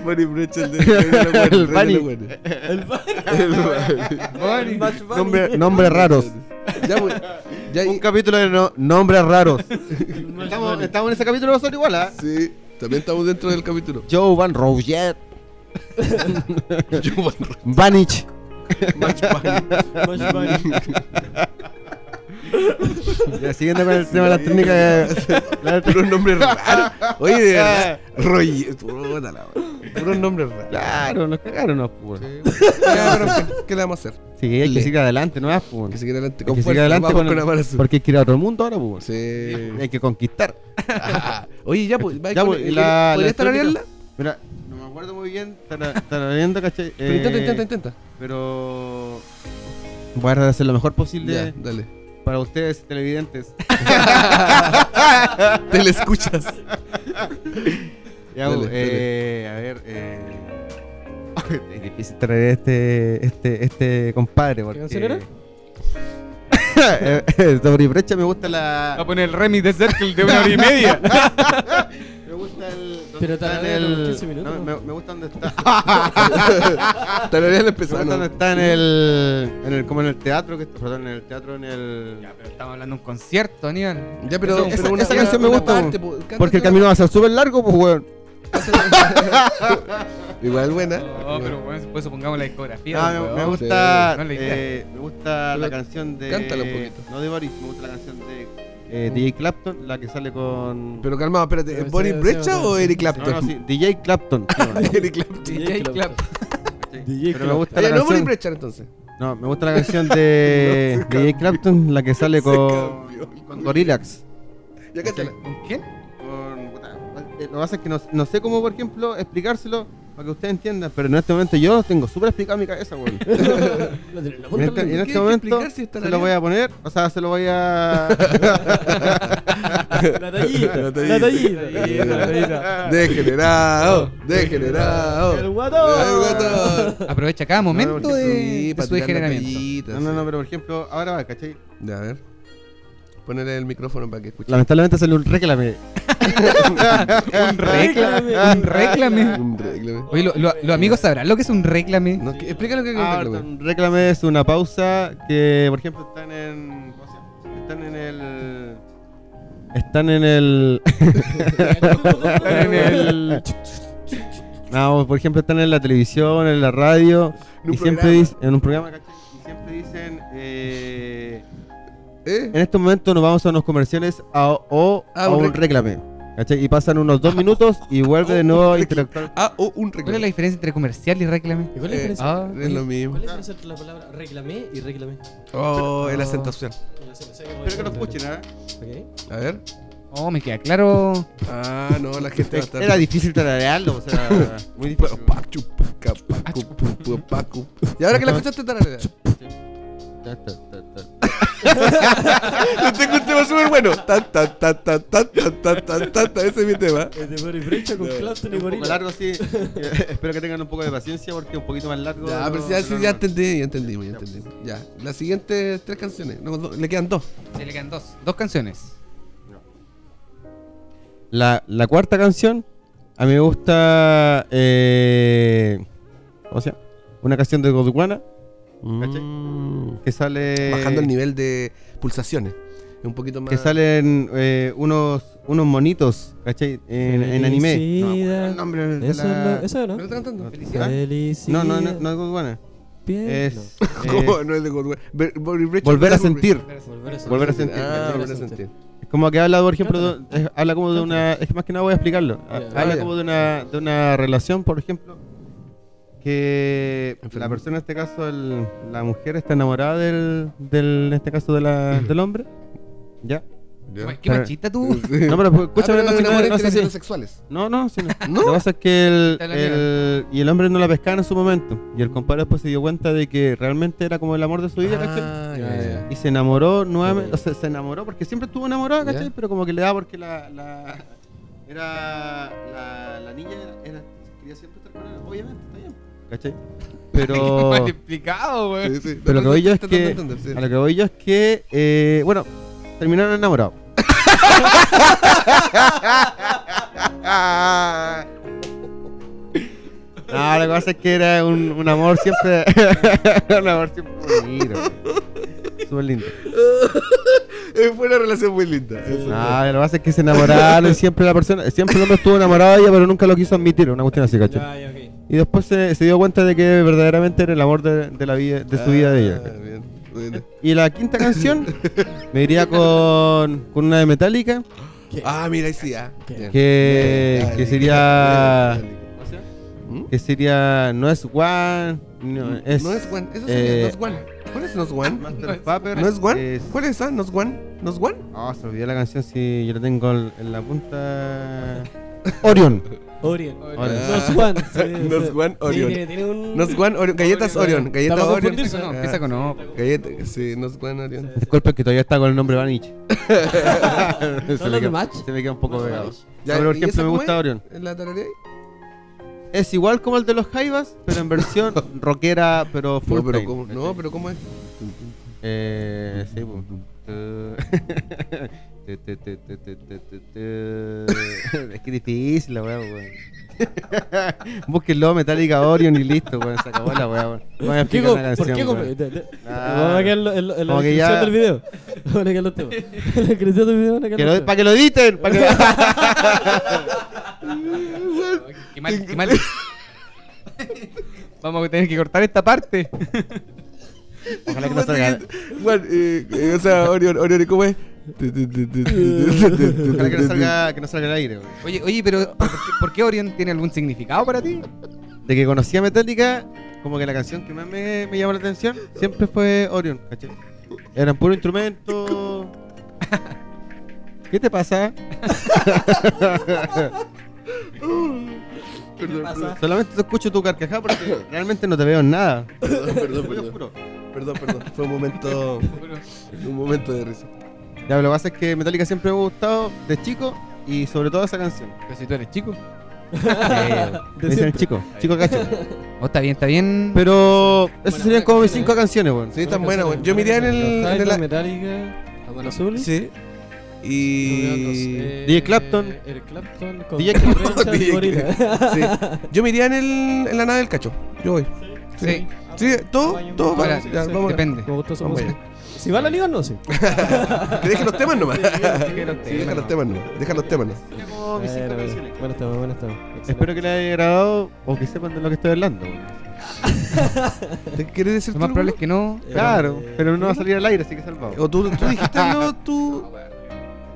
Bonnie Brecht, el del rey de los buenos, rey El de los Bunny. buenos. El Boris. El Bunny. El Bad Bunny. Nombre- nombres raros. Ya, bu, ya, Un y- capítulo de no- nombres raros. El Bad Estamos, Bunny. estamos en ese capítulo nosotros igual, ¿ah? Sí, también estamos dentro del capítulo. Joe Van Roget, Yo, bueno, Vanich. Match Bunny. Bad Bunny. Ya, Siguiendo con el tema de las técnicas. la- Puros nombres raros. Oye, de verdad. Roy. Puta la wea. Puros nombres raros. Claro, nos cagaron, nos puro. Sí, Ya, pero, ¿Qué le vamos a hacer? hay Le- que seguir adelante, ¿no? Puro. Que siga adelante. Hay Con que seguir fuerza, adelante vamos con con la mano azul. porque hay que ir a otro mundo ahora, pues. Sí. Hay que conquistar. Ah, Oye, ya, pues. va Ya, con- pues, y la- Eh, ¿Podrías la electrónica? tararearla? Mira, no me acuerdo muy bien, están viendo, ¿cachai? Pero intenta, Eh, intenta, intenta. Pero. Voy a hacer lo mejor Ya, posible dale. para ustedes, televidentes. Te la escuchas. Ya, Dale, bu, dale. eh, a ver, eh... es difícil traer este, este, este compadre porque... canción era? Eh, eh, Sobre brecha me gusta Va a Ah. la... poner el remix de Circle de una hora y media. Me gusta el... donde Pero están tararea como 15 minutos, no, ¿no? me, me gusta donde está... Tararearla me gusta donde empezando. está en el, en el... Como en el teatro, que está... Perdón, en el teatro, en el... Ya, pero estamos hablando de un concierto, Aníbal. Ya, pero, Eso- pero esa- una- esa canción me una gusta, parte, po. Cántate Porque el una- camino va a ser súper largo, pues, weón. Igual buena. No, pero bueno, después supongamos la discografía. Ah, me, weón. me gusta, Sí. No, la idea. eh, me gusta la Pero canción de... cántala un poquito. Mm. No de Boris, me gusta la canción de eh, DJ Clapton, la que sale con... Pero calmado, espérate. Pero ¿Es sí, Boris sí, Brecha sí, o sí. Eric No, no, Clapton? sí, DJ Clapton. se llama. Eric Clapton. DJ Clap. Sí, DJ Pero me gusta Oye, la Eh, no Boris canción. Brecha entonces. No, me gusta la canción de No, se DJ Clapton, la que sale Se con, cambió. con Gorillax. Ya cáchala. ¿Con quién? Con- puta, eh, Lo que pasa es que no, no sé cómo, por ejemplo, explicárselo, Para que ustedes entiendan, pero en este momento yo tengo súper explicado en mi cabeza, weón. Lo tenés en la En ¿Qué punta de la lengua. este, en hay este que momento explicar si está se la lo voy lengua? a poner, o sea, se lo voy a... La tallita, la La tallita. tallita, la tallita. Degenerado, degenerado. El guatón. El guatón. Aprovecha cada momento porque de, Sí, de para su tirar la degeneramiento. tallita, no, no, no, pero por ejemplo, ahora va, ¿cachai? sí. Ya, a ver. Ponele el micrófono para que escuche. Lamentablemente salió un reclame. Un reclame. Un reclame. Un reclame. Oye, lo- lo- los amigos sabrán lo que es un reclame. No, que- explica lo que es un Ah, reclame. un reclame es una pausa que, por ejemplo, están en. ¿Cómo se llama? Están en el. Están en el. Están en el. No, por ejemplo, están en la televisión, en la radio. En un y siempre programa. dicen. En un programa, ¿cachai? Y siempre dicen. eh, ¿Eh? en estos momentos nos vamos a unos comerciales a- o Ah, a un un rec- reclame. ¿Cachai? Y pasan unos dos minutos y vuelve de nuevo a interactuar. Ah, oh, un ¿Cuál es la reclame. diferencia entre comercial y reclame? ¿Y cuál es la Eh, diferencia? Ah, Es lo mismo. ¿Cuál es la diferencia entre la palabra reclamé y reclamé? Oh, es la acentuación. Espero que lo escuchen, ¿ah? ¿eh? Ok. A ver. Oh, me queda claro. Ah, no, la gente va a estar. Era difícil tararearlo, o sea, muy difícil. Pacu, puca, pacu, pupu, pacu. Y ahora que la escuchaste tararea. Yo tengo un tema súper bueno. Ta, ta, ta, ta, ta, ta, ta, ta, ta, ta. Ese es mi tema. Es de Boris Brecha con Clapton y un poco Gorilla. largo, sí. Eh, Espero que tengan un poco de paciencia porque es un poquito más largo. Ya, no- pero si ya, no- sí, no- ya entendí, ya entendí, ya entendí. Ya, las siguientes tres canciones. No, do- le quedan dos. Se le quedan dos. Dos canciones. La, la cuarta canción, a mí me gusta. Eh, o sea, una canción de Godwana que sale. Mm. Bajando el nivel de pulsaciones. Es un poquito más. Eh, Que salen eh, unos, unos monitos, ¿cachai? En, en anime. No me acuerdo el nombre de Eso la- no, eso ¿No no. lo están cantando? ¿Ah? Felicidad. No, no, no, no es Godwana. Bien. Es. No. eh, ¿Cómo? No es de Godwin. Ver- Boris Brecht- volver a sentir. Volver a sentir. Volver a sentir. Ah, volver a sentir. Es Como que habla, por ejemplo, de- eh, habla como de una. Es que más que nada voy a explicarlo. Ha- Ya. Ah, Habla ya. como de una, de una relación, por ejemplo, que la Enfermo. persona, en este caso, el- la mujer está enamorada del, del- en este caso, de la- del hombre. ¿Ya? Ya. Qué machista tú. No, pero pues, escúchame, Ah, no, pero si no, no, no- no sé si- relaciones sexuales. No, no, si no. ¿No? Lo que pasa es que el, Está la el- y el hombre no la pescaba en su momento. Y el compadre después se dio cuenta de que realmente era como el amor de su vida, ¿cachai? Ah, ya, ya. Y se enamoró nuevamente, Ya. o sea, se enamoró porque siempre estuvo enamorado, ¿cachai? Ya. Pero como que le daba porque la. la era. La, la niña era, era- quería siempre estar con él, obviamente, está bien, ¿cachai? Pero. Mal explicado, güey. Sí, sí. pero lo que voy yo es Tratando de que- entender, sí. a lo que voy yo es que. eh, bueno, terminaron enamorados. No, Ah, lo que pasa es que era un, un amor siempre. un amor siempre bonito, güey. Súper lindo. Eh, Fue una relación muy linda. Ah, Eso. No, lo que pasa es que se enamoraron y siempre la persona, siempre el hombre estuvo enamorado de ella, pero nunca lo quiso admitir, una cuestión así, ¿cachai? Ya, ya, ok. Y después se, se dio cuenta de que verdaderamente era el amor de, de la vida, de su vida de ella. Ah, bien. Bueno. Y la quinta canción me iría con, con una de Metallica, Ah, mira, ahí sí, ah. ¿Qué? Bien. que, Bien, que bien, sería... bien, bien. Que sería... No es One, no es... No es Juan, eso eh, sería No es Juan. ¿Cuál es Ah, No es Juan? Master of Puppets, ¿No es Juan? es- ¿Cuál es esa? ¿No es Juan? ¿No es Juan? Ah, se olvidó la canción si yo la tengo en la punta... Orion. Orion. Orion. Nos Juan. sí, Nos sí. Juan, Sí, Orion. tiene- tiene un- No es Juan, Orion. Galletas Orion. Galletas Para Orion. confundirse, ¿no? Ah, Empieza con pues, O. po. Galletas, sí, No es Juan, Orion. Disculpen que todavía está con el nombre Vanich. ¿No lo de Match? se me queda un poco ¿No lo de pegado. Match? Ya, No, pero, por ¿y ejemplo, esa me cómo gusta es? Orion. ¿En la tararea? Es igual como el de los Jaivas, pero en versión rockera, pero full No, pero time. ¿cómo? No, pero ¿cómo es? Eh, sí, po. Te- te- te- te- te- te- te- te- Es que difícil la weá, weón. Búsquenlo, Metallica Orion y listo, weón. Se acabó la weá, weón. No Voy a ¿Qué explicar com- la ¿Por canción, qué weón. com- de- de- Ah. Vamos a quedarlo en, lo- en la Como que descripción ya- del video. Vamos a quedar los temas. En la descripción del video van a quedar Que los lo, temas. para que lo editen, para que Qué mal, qué mal. Vamos a tener que cortar esta parte. Ojalá que no salga. Juan, eh, eh, o sea, Orion, Orion, ¿y ¿cómo es? Ojalá que no salga, que no salga el aire, weón. Oye, oye, pero ¿por qué, por qué Orion tiene algún significado para ti? de que conocía Metallica, como que la canción que más me, me llamó la atención siempre fue Orion, ¿cachai? Eran puro instrumento. ¿Qué te pasa? pasa? Solamente te escucho tu carcajada porque realmente no te veo en nada. Perdón, perdón, Te lo perdón. juro. Perdón, perdón. Fue un momento. un momento de risa. Ya, lo que pasa es que Metallica siempre me ha gustado de chico y sobre todo esa canción. Pero si tú eres chico. Me dicen siempre. chico, chico cacho. Oh, está bien, está bien. Pero esas serían como mis canciones, cinco canciones, weón. Sí, tan buena, weón. Yo miré en el. Los en el- Hydro, Metallica, Amar Azul. Sí. Los, Y. eh, DJ Clapton. Eric Clapton con DJ Richard DJ Gorilla. Sí. Yo miré en, el, en la nave del cacho. Yo voy. Sí. Sí, todo, todo Ahora, va. Ya, vamos. a- depende. Me gustó su Vamos música. Si va a la liga, no, sí. Que dejen los temas nomás. Sí, Sí, deja los temas nomás. Deja los temas nomás. Como mis cinco canciones. Buenas tardes, buenas tardes. Espero que les haya agradado o que sepan de lo que estoy hablando. weón. ¿Te quieres decir Lo más tú probable es que no. Claro, eh, pero eh, no va a salir al aire, así que salvado. alguno? O tú, tú dijiste algo, tú.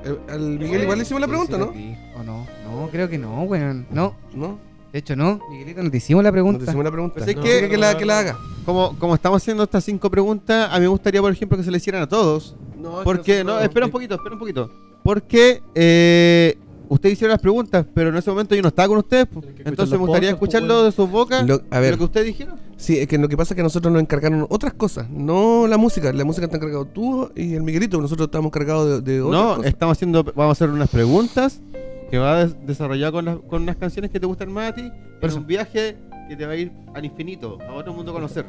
Eh, Al Miguel igual le hicimos la pregunta, ¿no? ¿O Oh, no? No, creo que no, weón. No, ¿No? de hecho no. Miguelito, no te hicimos la No te pregunta. hicimos la pregunta. Pues es No, que- así que la, que la haga. Como, como estamos haciendo estas cinco preguntas, a mí me gustaría, por ejemplo, que se le hicieran a todos. No, Porque, no, espera un poquito, espera un poquito. Porque eh, ustedes hicieron las preguntas, pero en ese momento yo no estaba con ustedes. pues. Tienen que escuchar Entonces me los gustaría podcasts, pues, escucharlo weón. de sus bocas, Lo- a de ver. lo que ustedes dijeron. Sí, es que lo que pasa es que a nosotros nos encargaron otras cosas, no la música. La música está encargado tú y el Miguelito, nosotros estamos cargados de, de otras No, cosas. estamos haciendo, vamos a hacer unas preguntas que va a des- desarrollar con, las, con unas canciones que te gustan más a ti. Por Pero eso. un viaje que te va a ir al infinito, a otro mundo a conocer.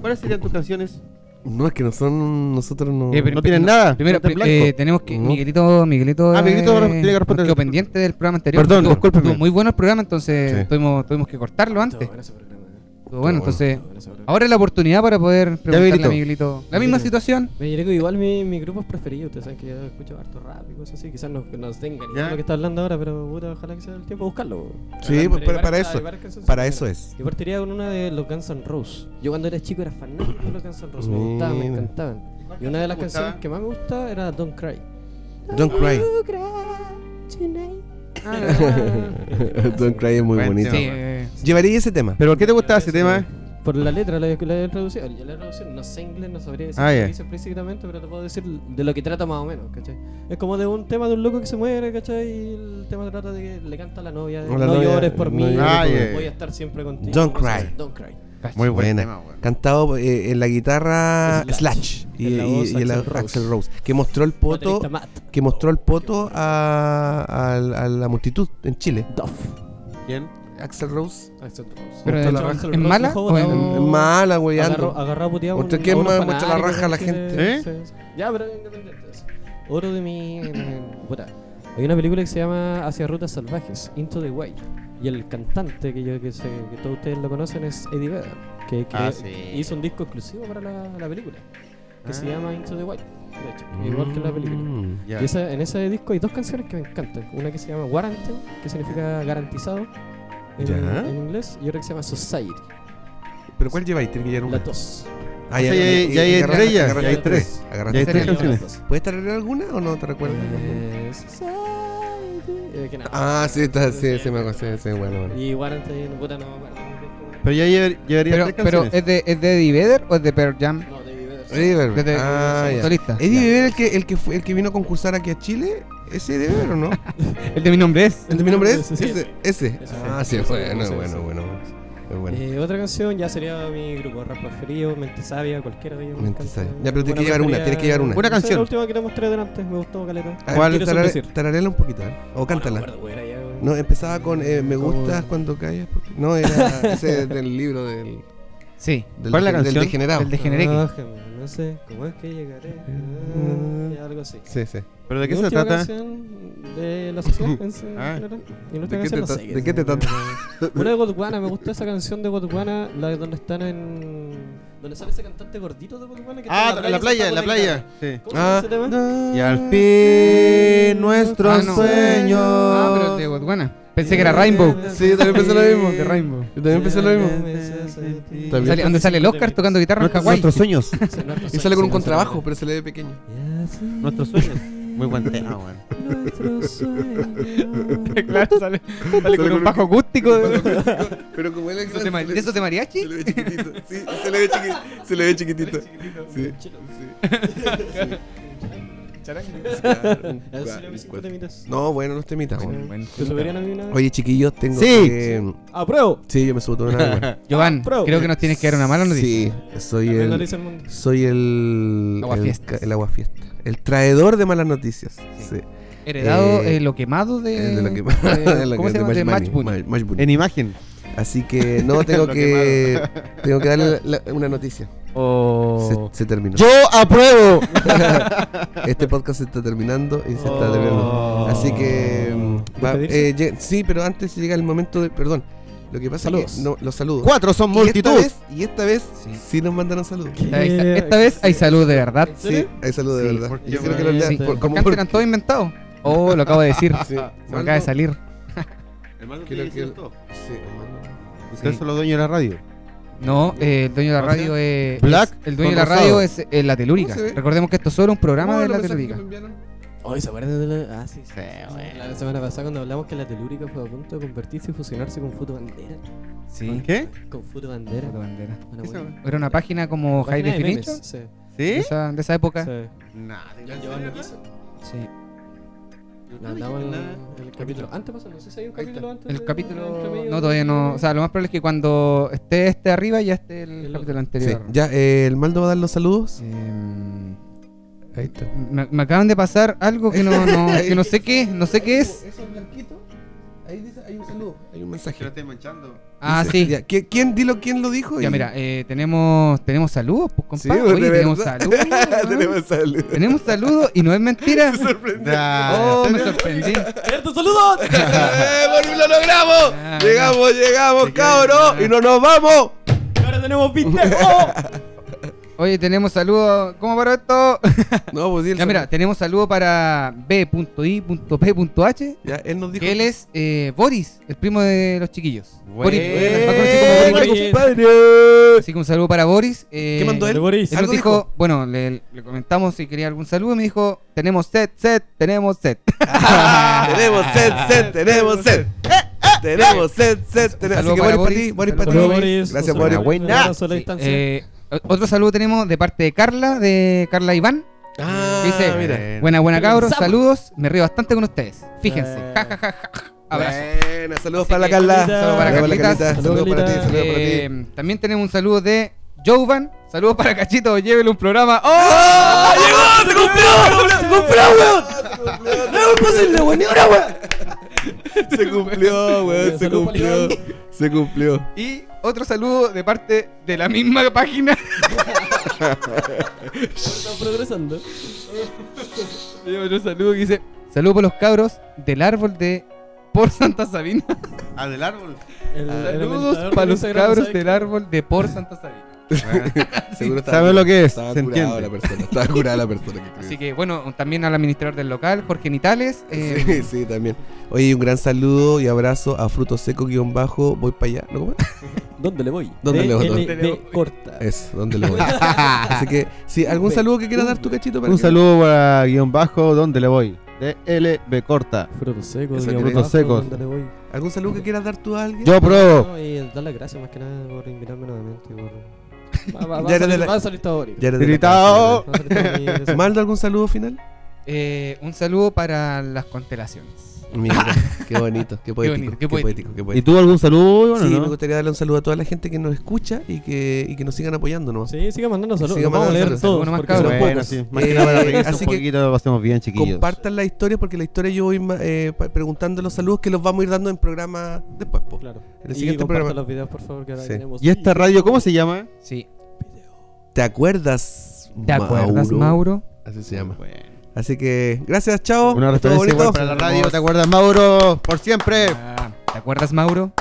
¿Cuáles serían tus canciones? No, es que no son, nosotros no. Eh, pero- No tienen nada. Primero, no te pri- blanco. eh, tenemos que. No. Miguelito, Miguelito. Ah, Miguelito eh, tiene que nos responder. quedó pendiente del programa anterior. Perdón, Estuvo- discúlpeme. estuvo muy bueno el programa, entonces Sí. tuvimos, tuvimos que cortarlo antes. Estuvo bueno, bueno. entonces. Ahora es la oportunidad para poder preguntarle Miguelito. a Miguelito. La misma Miguelito. situación. Me diré que igual mi, mi grupo es preferido. Ustedes saben que yo escucho harto rap y cosas así. Quizás no, no tengan Ya. idea de lo que está hablando ahora, pero puta, ojalá que sea el tiempo de buscarlo. Sí, Hay pues, varias- para- para hay eso, varias canciones para que- eso es. Yo partiría con una de los Guns N' Roses. Yo cuando era chico era fanático de los Guns N' Roses. Me Mira. gustaban, me encantaban. Y una de las ¿Te canciones gustaba? que más me gustaba era Don't Cry. Don't cry. You cry tonight. Don't cry es muy Buen bonito. tema. Sí, eh, Llevaría ese tema. ¿Pero por qué te gustaba ese tema? Por la letra, la, la he traducido. Yo la he traducido, no sé inglés, no sabría decir Ah, lo que ya. dice explícitamente, pero te puedo decir de lo que trata más o menos, ¿cachai? Es como de un tema de un loco que se muere, ¿cachai? Y el tema trata de que le canta a la novia, de, A la no novia, llores por no mí, llores Ah, voy ya. a estar siempre contigo. Don't cosas- cry. Don't cry. Muy Buena. Cantado eh, en la guitarra Slash. Slash, y, En la voz y- y en la- Axl Rose. Axl Rose, que mostró el poto, Baterista Matt. que mostró el poto a, a- a la multitud en Chile. Duff. ¿Quién? Axel Rose, Axl Rose. Pero De en- hecho, Axl ¿en Rose mala dijo, o en- "No, en mala, güey. Agarró, agarró a putear a un- ¿Usted quién a unos más muestra la fanáticos raja a la que- gente? ¿Eh? sí, sí. Ya, pero independiente de eso. Oro de mi. puta. Hay una película que se llama Hacia Rutas Salvajes, Into the Wild. Y el cantante que yo que sé que todos ustedes lo conocen es Eddie Vedder, que, que Ah, sí. Ah. hizo un disco exclusivo para la, la película, que se llama Into the Wild, de hecho, igual que la película. Mm, Mm. Ya. Y esa- en ese disco hay dos canciones que me encantan. Una que se llama Warranted, que significa garantizado en, Ya. en inglés, y otra que se llama Society, ¿Pero cuál lleváis? Tiene que llevar una. la dos. Ah, O sea, ya- ya hay agarraste- estrellas, agarraste- ya hay agarraste- tres. agarraste- Ya hay tres Sería una de canciones. las dos. ¿Puedes traer alguna o no te recuerdas? Eh, Society. Eh, que no. Ah, sí, está, sí, sí, me acuerdo, sí, sí, bueno, bueno. Y Warranted, puta, no me acuerdo muy bien cómo era. Pero ya llevar- llevaría Pero, tres pero canciones. ¿es, de, ¿es de Eddie Vedder o es de Pearl Jam? No, David Vedder. Eddie Vedder. Desde- Ah, ya. solista. Eddie Ya. Vedder, el que, el, que fue- el que vino a concursar aquí a Chile, ese Eddie Vedder, ¿o no? El de mi nombre es. ¿El de mi nombre es? Sí, Ese, ese. Ese. Ah, sí, Ese, bueno, ese, ese. bueno, bueno, Es bueno. Eh, otra canción ya sería mi grupo rap preferido, Mente Sabia, cualquiera de ellos. me Mente encanta. Sabia. Ya, pero tienes que Bueno, llevar una, prefería- tienes que llevar una. Ah, Una Esa es canción. La última que te mostré delante, me gustó Caleta. A ver, ¿Cuál? Quiero tarare- sorprender. tararela un poquito, ¿eh? O No, me cántala. acuerdo, güey, era ya, güey. No, empezaba con eh, Me Como- gustas cuando callas. porque- No, era ese del libro del. Sí. del ¿Cuál es la del canción? degenerado. Ah, El degeneré. Bájame, Ah, no sé cómo es que llegaré. Ah, ya, algo así. Mm. Sí, sí. ¿Pero de qué Mi se última trata? canción de la sociedad en sí, en Ah. general. Mi última ¿De qué canción te no tra- sé qué de qué te es, trata? güey. Una de Godwana, me gustó esa canción de Godwana, la de donde están en. donde sale ese cantante gordito de Godwana que Ah, está en la playa, en la playa. Sí. ah, Ah, Y al fin nuestros Ah, no. sueños. Ah, pero el de Botswana. Pensé que era Rainbow. Sí, yo también pensé lo mismo. De Rainbow. Yo también pensé lo mismo. Está bien. Sale- donde sale el Oscar tocando guitarra en Nuestros- Hawái. Nuestros sueños. Y sale con un contrabajo, pero se le ve pequeño. Nuestros sueños. Muy buen Ah, tema, weón. Claro, sale, sale con un bajo acústico. de- Pero como él ¿Eso te ma- ¿De eso de mariachi? ve chiquitito. Sí, se le ve chiquitito. Se le ve chiquitito. Sí. No, bueno, no te imitamos. Buen- buen ¿Te subirían a mí una? Oye, chiquillos, tengo Sí. que... ¡Apruebo! Sí, yo me subo todo una vez. Jovan, Pro. creo que nos tienes que dar una mala noticia. Ah, Sí, soy La el... analiza el mundo. Soy el... Aguafiestas. El, el aguafiesta. El traidor de malas noticias. Sí. Sí. Heredado Eh, eh, lo quemado de. Es de lo que... de- de lo ¿Cómo que- se de llama? De Match Match Bunny, Bunny. Ma- Match Bunny. En imagen. Así que no, tengo Lo que... Tengo que darle la- la- una noticia. O... Oh. Se, se terminó. Yo apruebo. Este podcast se está terminando y se Oh. está terminando. Así que. mm, va- ¿Despedirse? eh, lleg- sí, pero antes llega el momento de. Perdón. Lo que pasa es Saludos. que. no, los saludos. Cuatro son multitud. Y esta vez, y esta vez Sí. sí. nos mandaron saludos. ¿Qué? Esta vez- Esta vez hay salud de verdad. Sí, hay saludos Sí. de verdad. Porque Yo creo que los bueno, leas sí. por- como Canto por- cantó inventado. Oh, lo acabo de decir. Sí. Me acaba de salir. Que lo que- Sí, hermano. Ustedes Sí. son los dueños de la radio. No, eh, el dueño de la radio es. Black El dueño de con la rosado. radio es eh, la telúrica. ¿Cómo se ve? pues, Recordemos que esto es solo un programa No, de lo la que pasa es que telúrica. me enviaron- Oye, ¿se acuerdan de la.? Ah, sí, sí. Sí, bueno. La semana pasada, cuando hablamos que la telúrica fue a punto de convertirse y fusionarse con Futo Bandera. Sí. ¿Qué? Con Futo Bandera. Foto bandera. Una ¿Qué buena- Era una página como High página de memes, Definition. Sí. De ¿Sí? esa, de esa época. sí. Nah, Ya el Joan no quiso. Sí. Lo andamos en el capítulo. Antes pasó, no sé si hay un Ahí capítulo antes. El de- capítulo. entre medio No, de- todavía no. O sea, lo más probable es que cuando esté este arriba ya esté el, El capítulo Sí, anterior. ya, eh, el Maldo va a dar los saludos. Em, Ahí está. me, me acaban de pasar algo que no, no, que no sé qué, no sé qué es. Eso blanquito. Ahí dice, hay un saludo, hay un mensaje. estoy manchando. Ah, Dice- sí. Ya, ¿qui- ¿Quién, dilo quién lo dijo? Ya y- mira, eh, tenemos, tenemos saludos, pues Sí, compadre. de Oye, tenemos verdad. saludos. weón. Tenemos saludos. tenemos saludos y no es mentira. Nah. Oh, me sorprendí. ¡Cierto, saludos! ¡Eh, Volvi, lo logramos! Ah, llegamos, llegamos, cabros, y no nos vamos. ¡Ahora tenemos bistec! ¡Oh! Oye, tenemos saludos. ¿Cómo paró esto? No, pues di el Ya mira, saludo. tenemos saludos para b.i.p.h, Ya, él nos dijo. que él es eh, Boris, el primo de los chiquillos. Boris, Buena. más conocido como Boris. Boris. Así que un saludo para Boris. eh, ¿Qué mandó él? Dale, Boris. Él nos ¿Algo dijo, dijo? bueno, le, le comentamos si quería algún saludo y me dijo, tenemos set, set, tenemos set. tenemos set, set, tenemos set. Tenemos set, set, tenemos saludo Así que para Boris para ti, Boris, Boris un para ti. saludo Saludos, Boris. Gracias, Un saludo. Boris. Una buena. Un abrazo a la Sí, distancia. eh, o- otro saludo tenemos de parte de Carla, de Carla Iván. Ah, Dice, mira. buena, buena cabros, Pensamos. saludos, me río bastante con ustedes. Fíjense, Eh. ja, ja, ja, ja, ja. Abrazo. Buena, saludos Así para la que, Carla. Carlita. Saludos para Saludos Carlitas. Carlita. Saludos para ti, Saludos, saludos para ti. Eh, también tenemos un saludo de Jovan. Saludos para Cachito, llévele un programa. ¡Oh! ¡Ah, ¡Llegó! ¡Se cumplió! ¡Se cumplió, weón! ¡No es posible, weón! ¡Ni una, weón! Se cumplió, weón, se Salud, cumplió. Se cumplió. Y otro saludo de parte de la misma página. Estamos progresando. Y otro saludo que dice: Saludos por los cabros del árbol de Por Santa Sabina. Ah, del árbol. El- el Saludos aventador para de los Instagram, cabros ¿sabes? del árbol de Por Santa Sabina. Seguro estaba- ¿Sabe lo que es? Estaba Se curada entiende. la persona. Estaba curada la persona que escribió. Así que bueno, también al administrador del local, Jorge Nitales. eh, Sí, sí, también. Oye, un gran saludo y abrazo a Fruto Seco guión bajo. Voy para allá. ¿No cómo es? ¿Dónde le voy? ¿Dónde le voy? DL ¿Dónde de corta. Eso, ¿dónde lo voy? Así que, sí, ¿algún saludo que quieras dar tu cachito para Un que- saludo para guión bajo, ¿dónde le voy? De LB corta. Frutos secos, Eso digamos, quería. abajo, Frutos secos. ¿Dónde le voy? ¿Algún saludo que quieras dar tú a alguien? Yo apruebo. Oh. No, y dar las gracias más que nada por invitarme nuevamente. Por... Va, va, Ya va, a era de salir, la- va a salir todo bonito. Ya eres de la Gritado. Va a salir todo bonito. casa. ¿Maldo algún saludo final? eh, un saludo para las constelaciones. Mira, qué bonito, qué poético, bonito, qué, qué poético, qué ¿Y poético. tú algún saludo? Bueno, sí, ¿no? me gustaría darle un saludo a toda la gente que nos escucha y que, y que nos sigan apoyando, ¿no? Sí, siga mandando saludos. Siga Los vamos a mandando saludos. leer todos. Uno más porque cabro. son Bueno, pocos. sí. Más que nada para Eh, reírse así un que poquito, lo pasemos bien, chiquillos. Compartan la historia porque la historia yo voy ma- eh, pa- preguntando los saludos que los vamos a ir dando en programa después. po. Claro. En el Y siguiente compartan programa. los videos, por favor, que ahora Sí. tenemos. ¿Y esta radio cómo se llama? Sí. ¿Te acuerdas? ¿Te acuerdas, Mauro? Así se llama. Bueno. Así que, gracias, chao. Una Estuvo referencia igual bonito. Eh. para la radio, ¿te acuerdas, Mauro? Por siempre. Ah, ¿Te acuerdas, Mauro?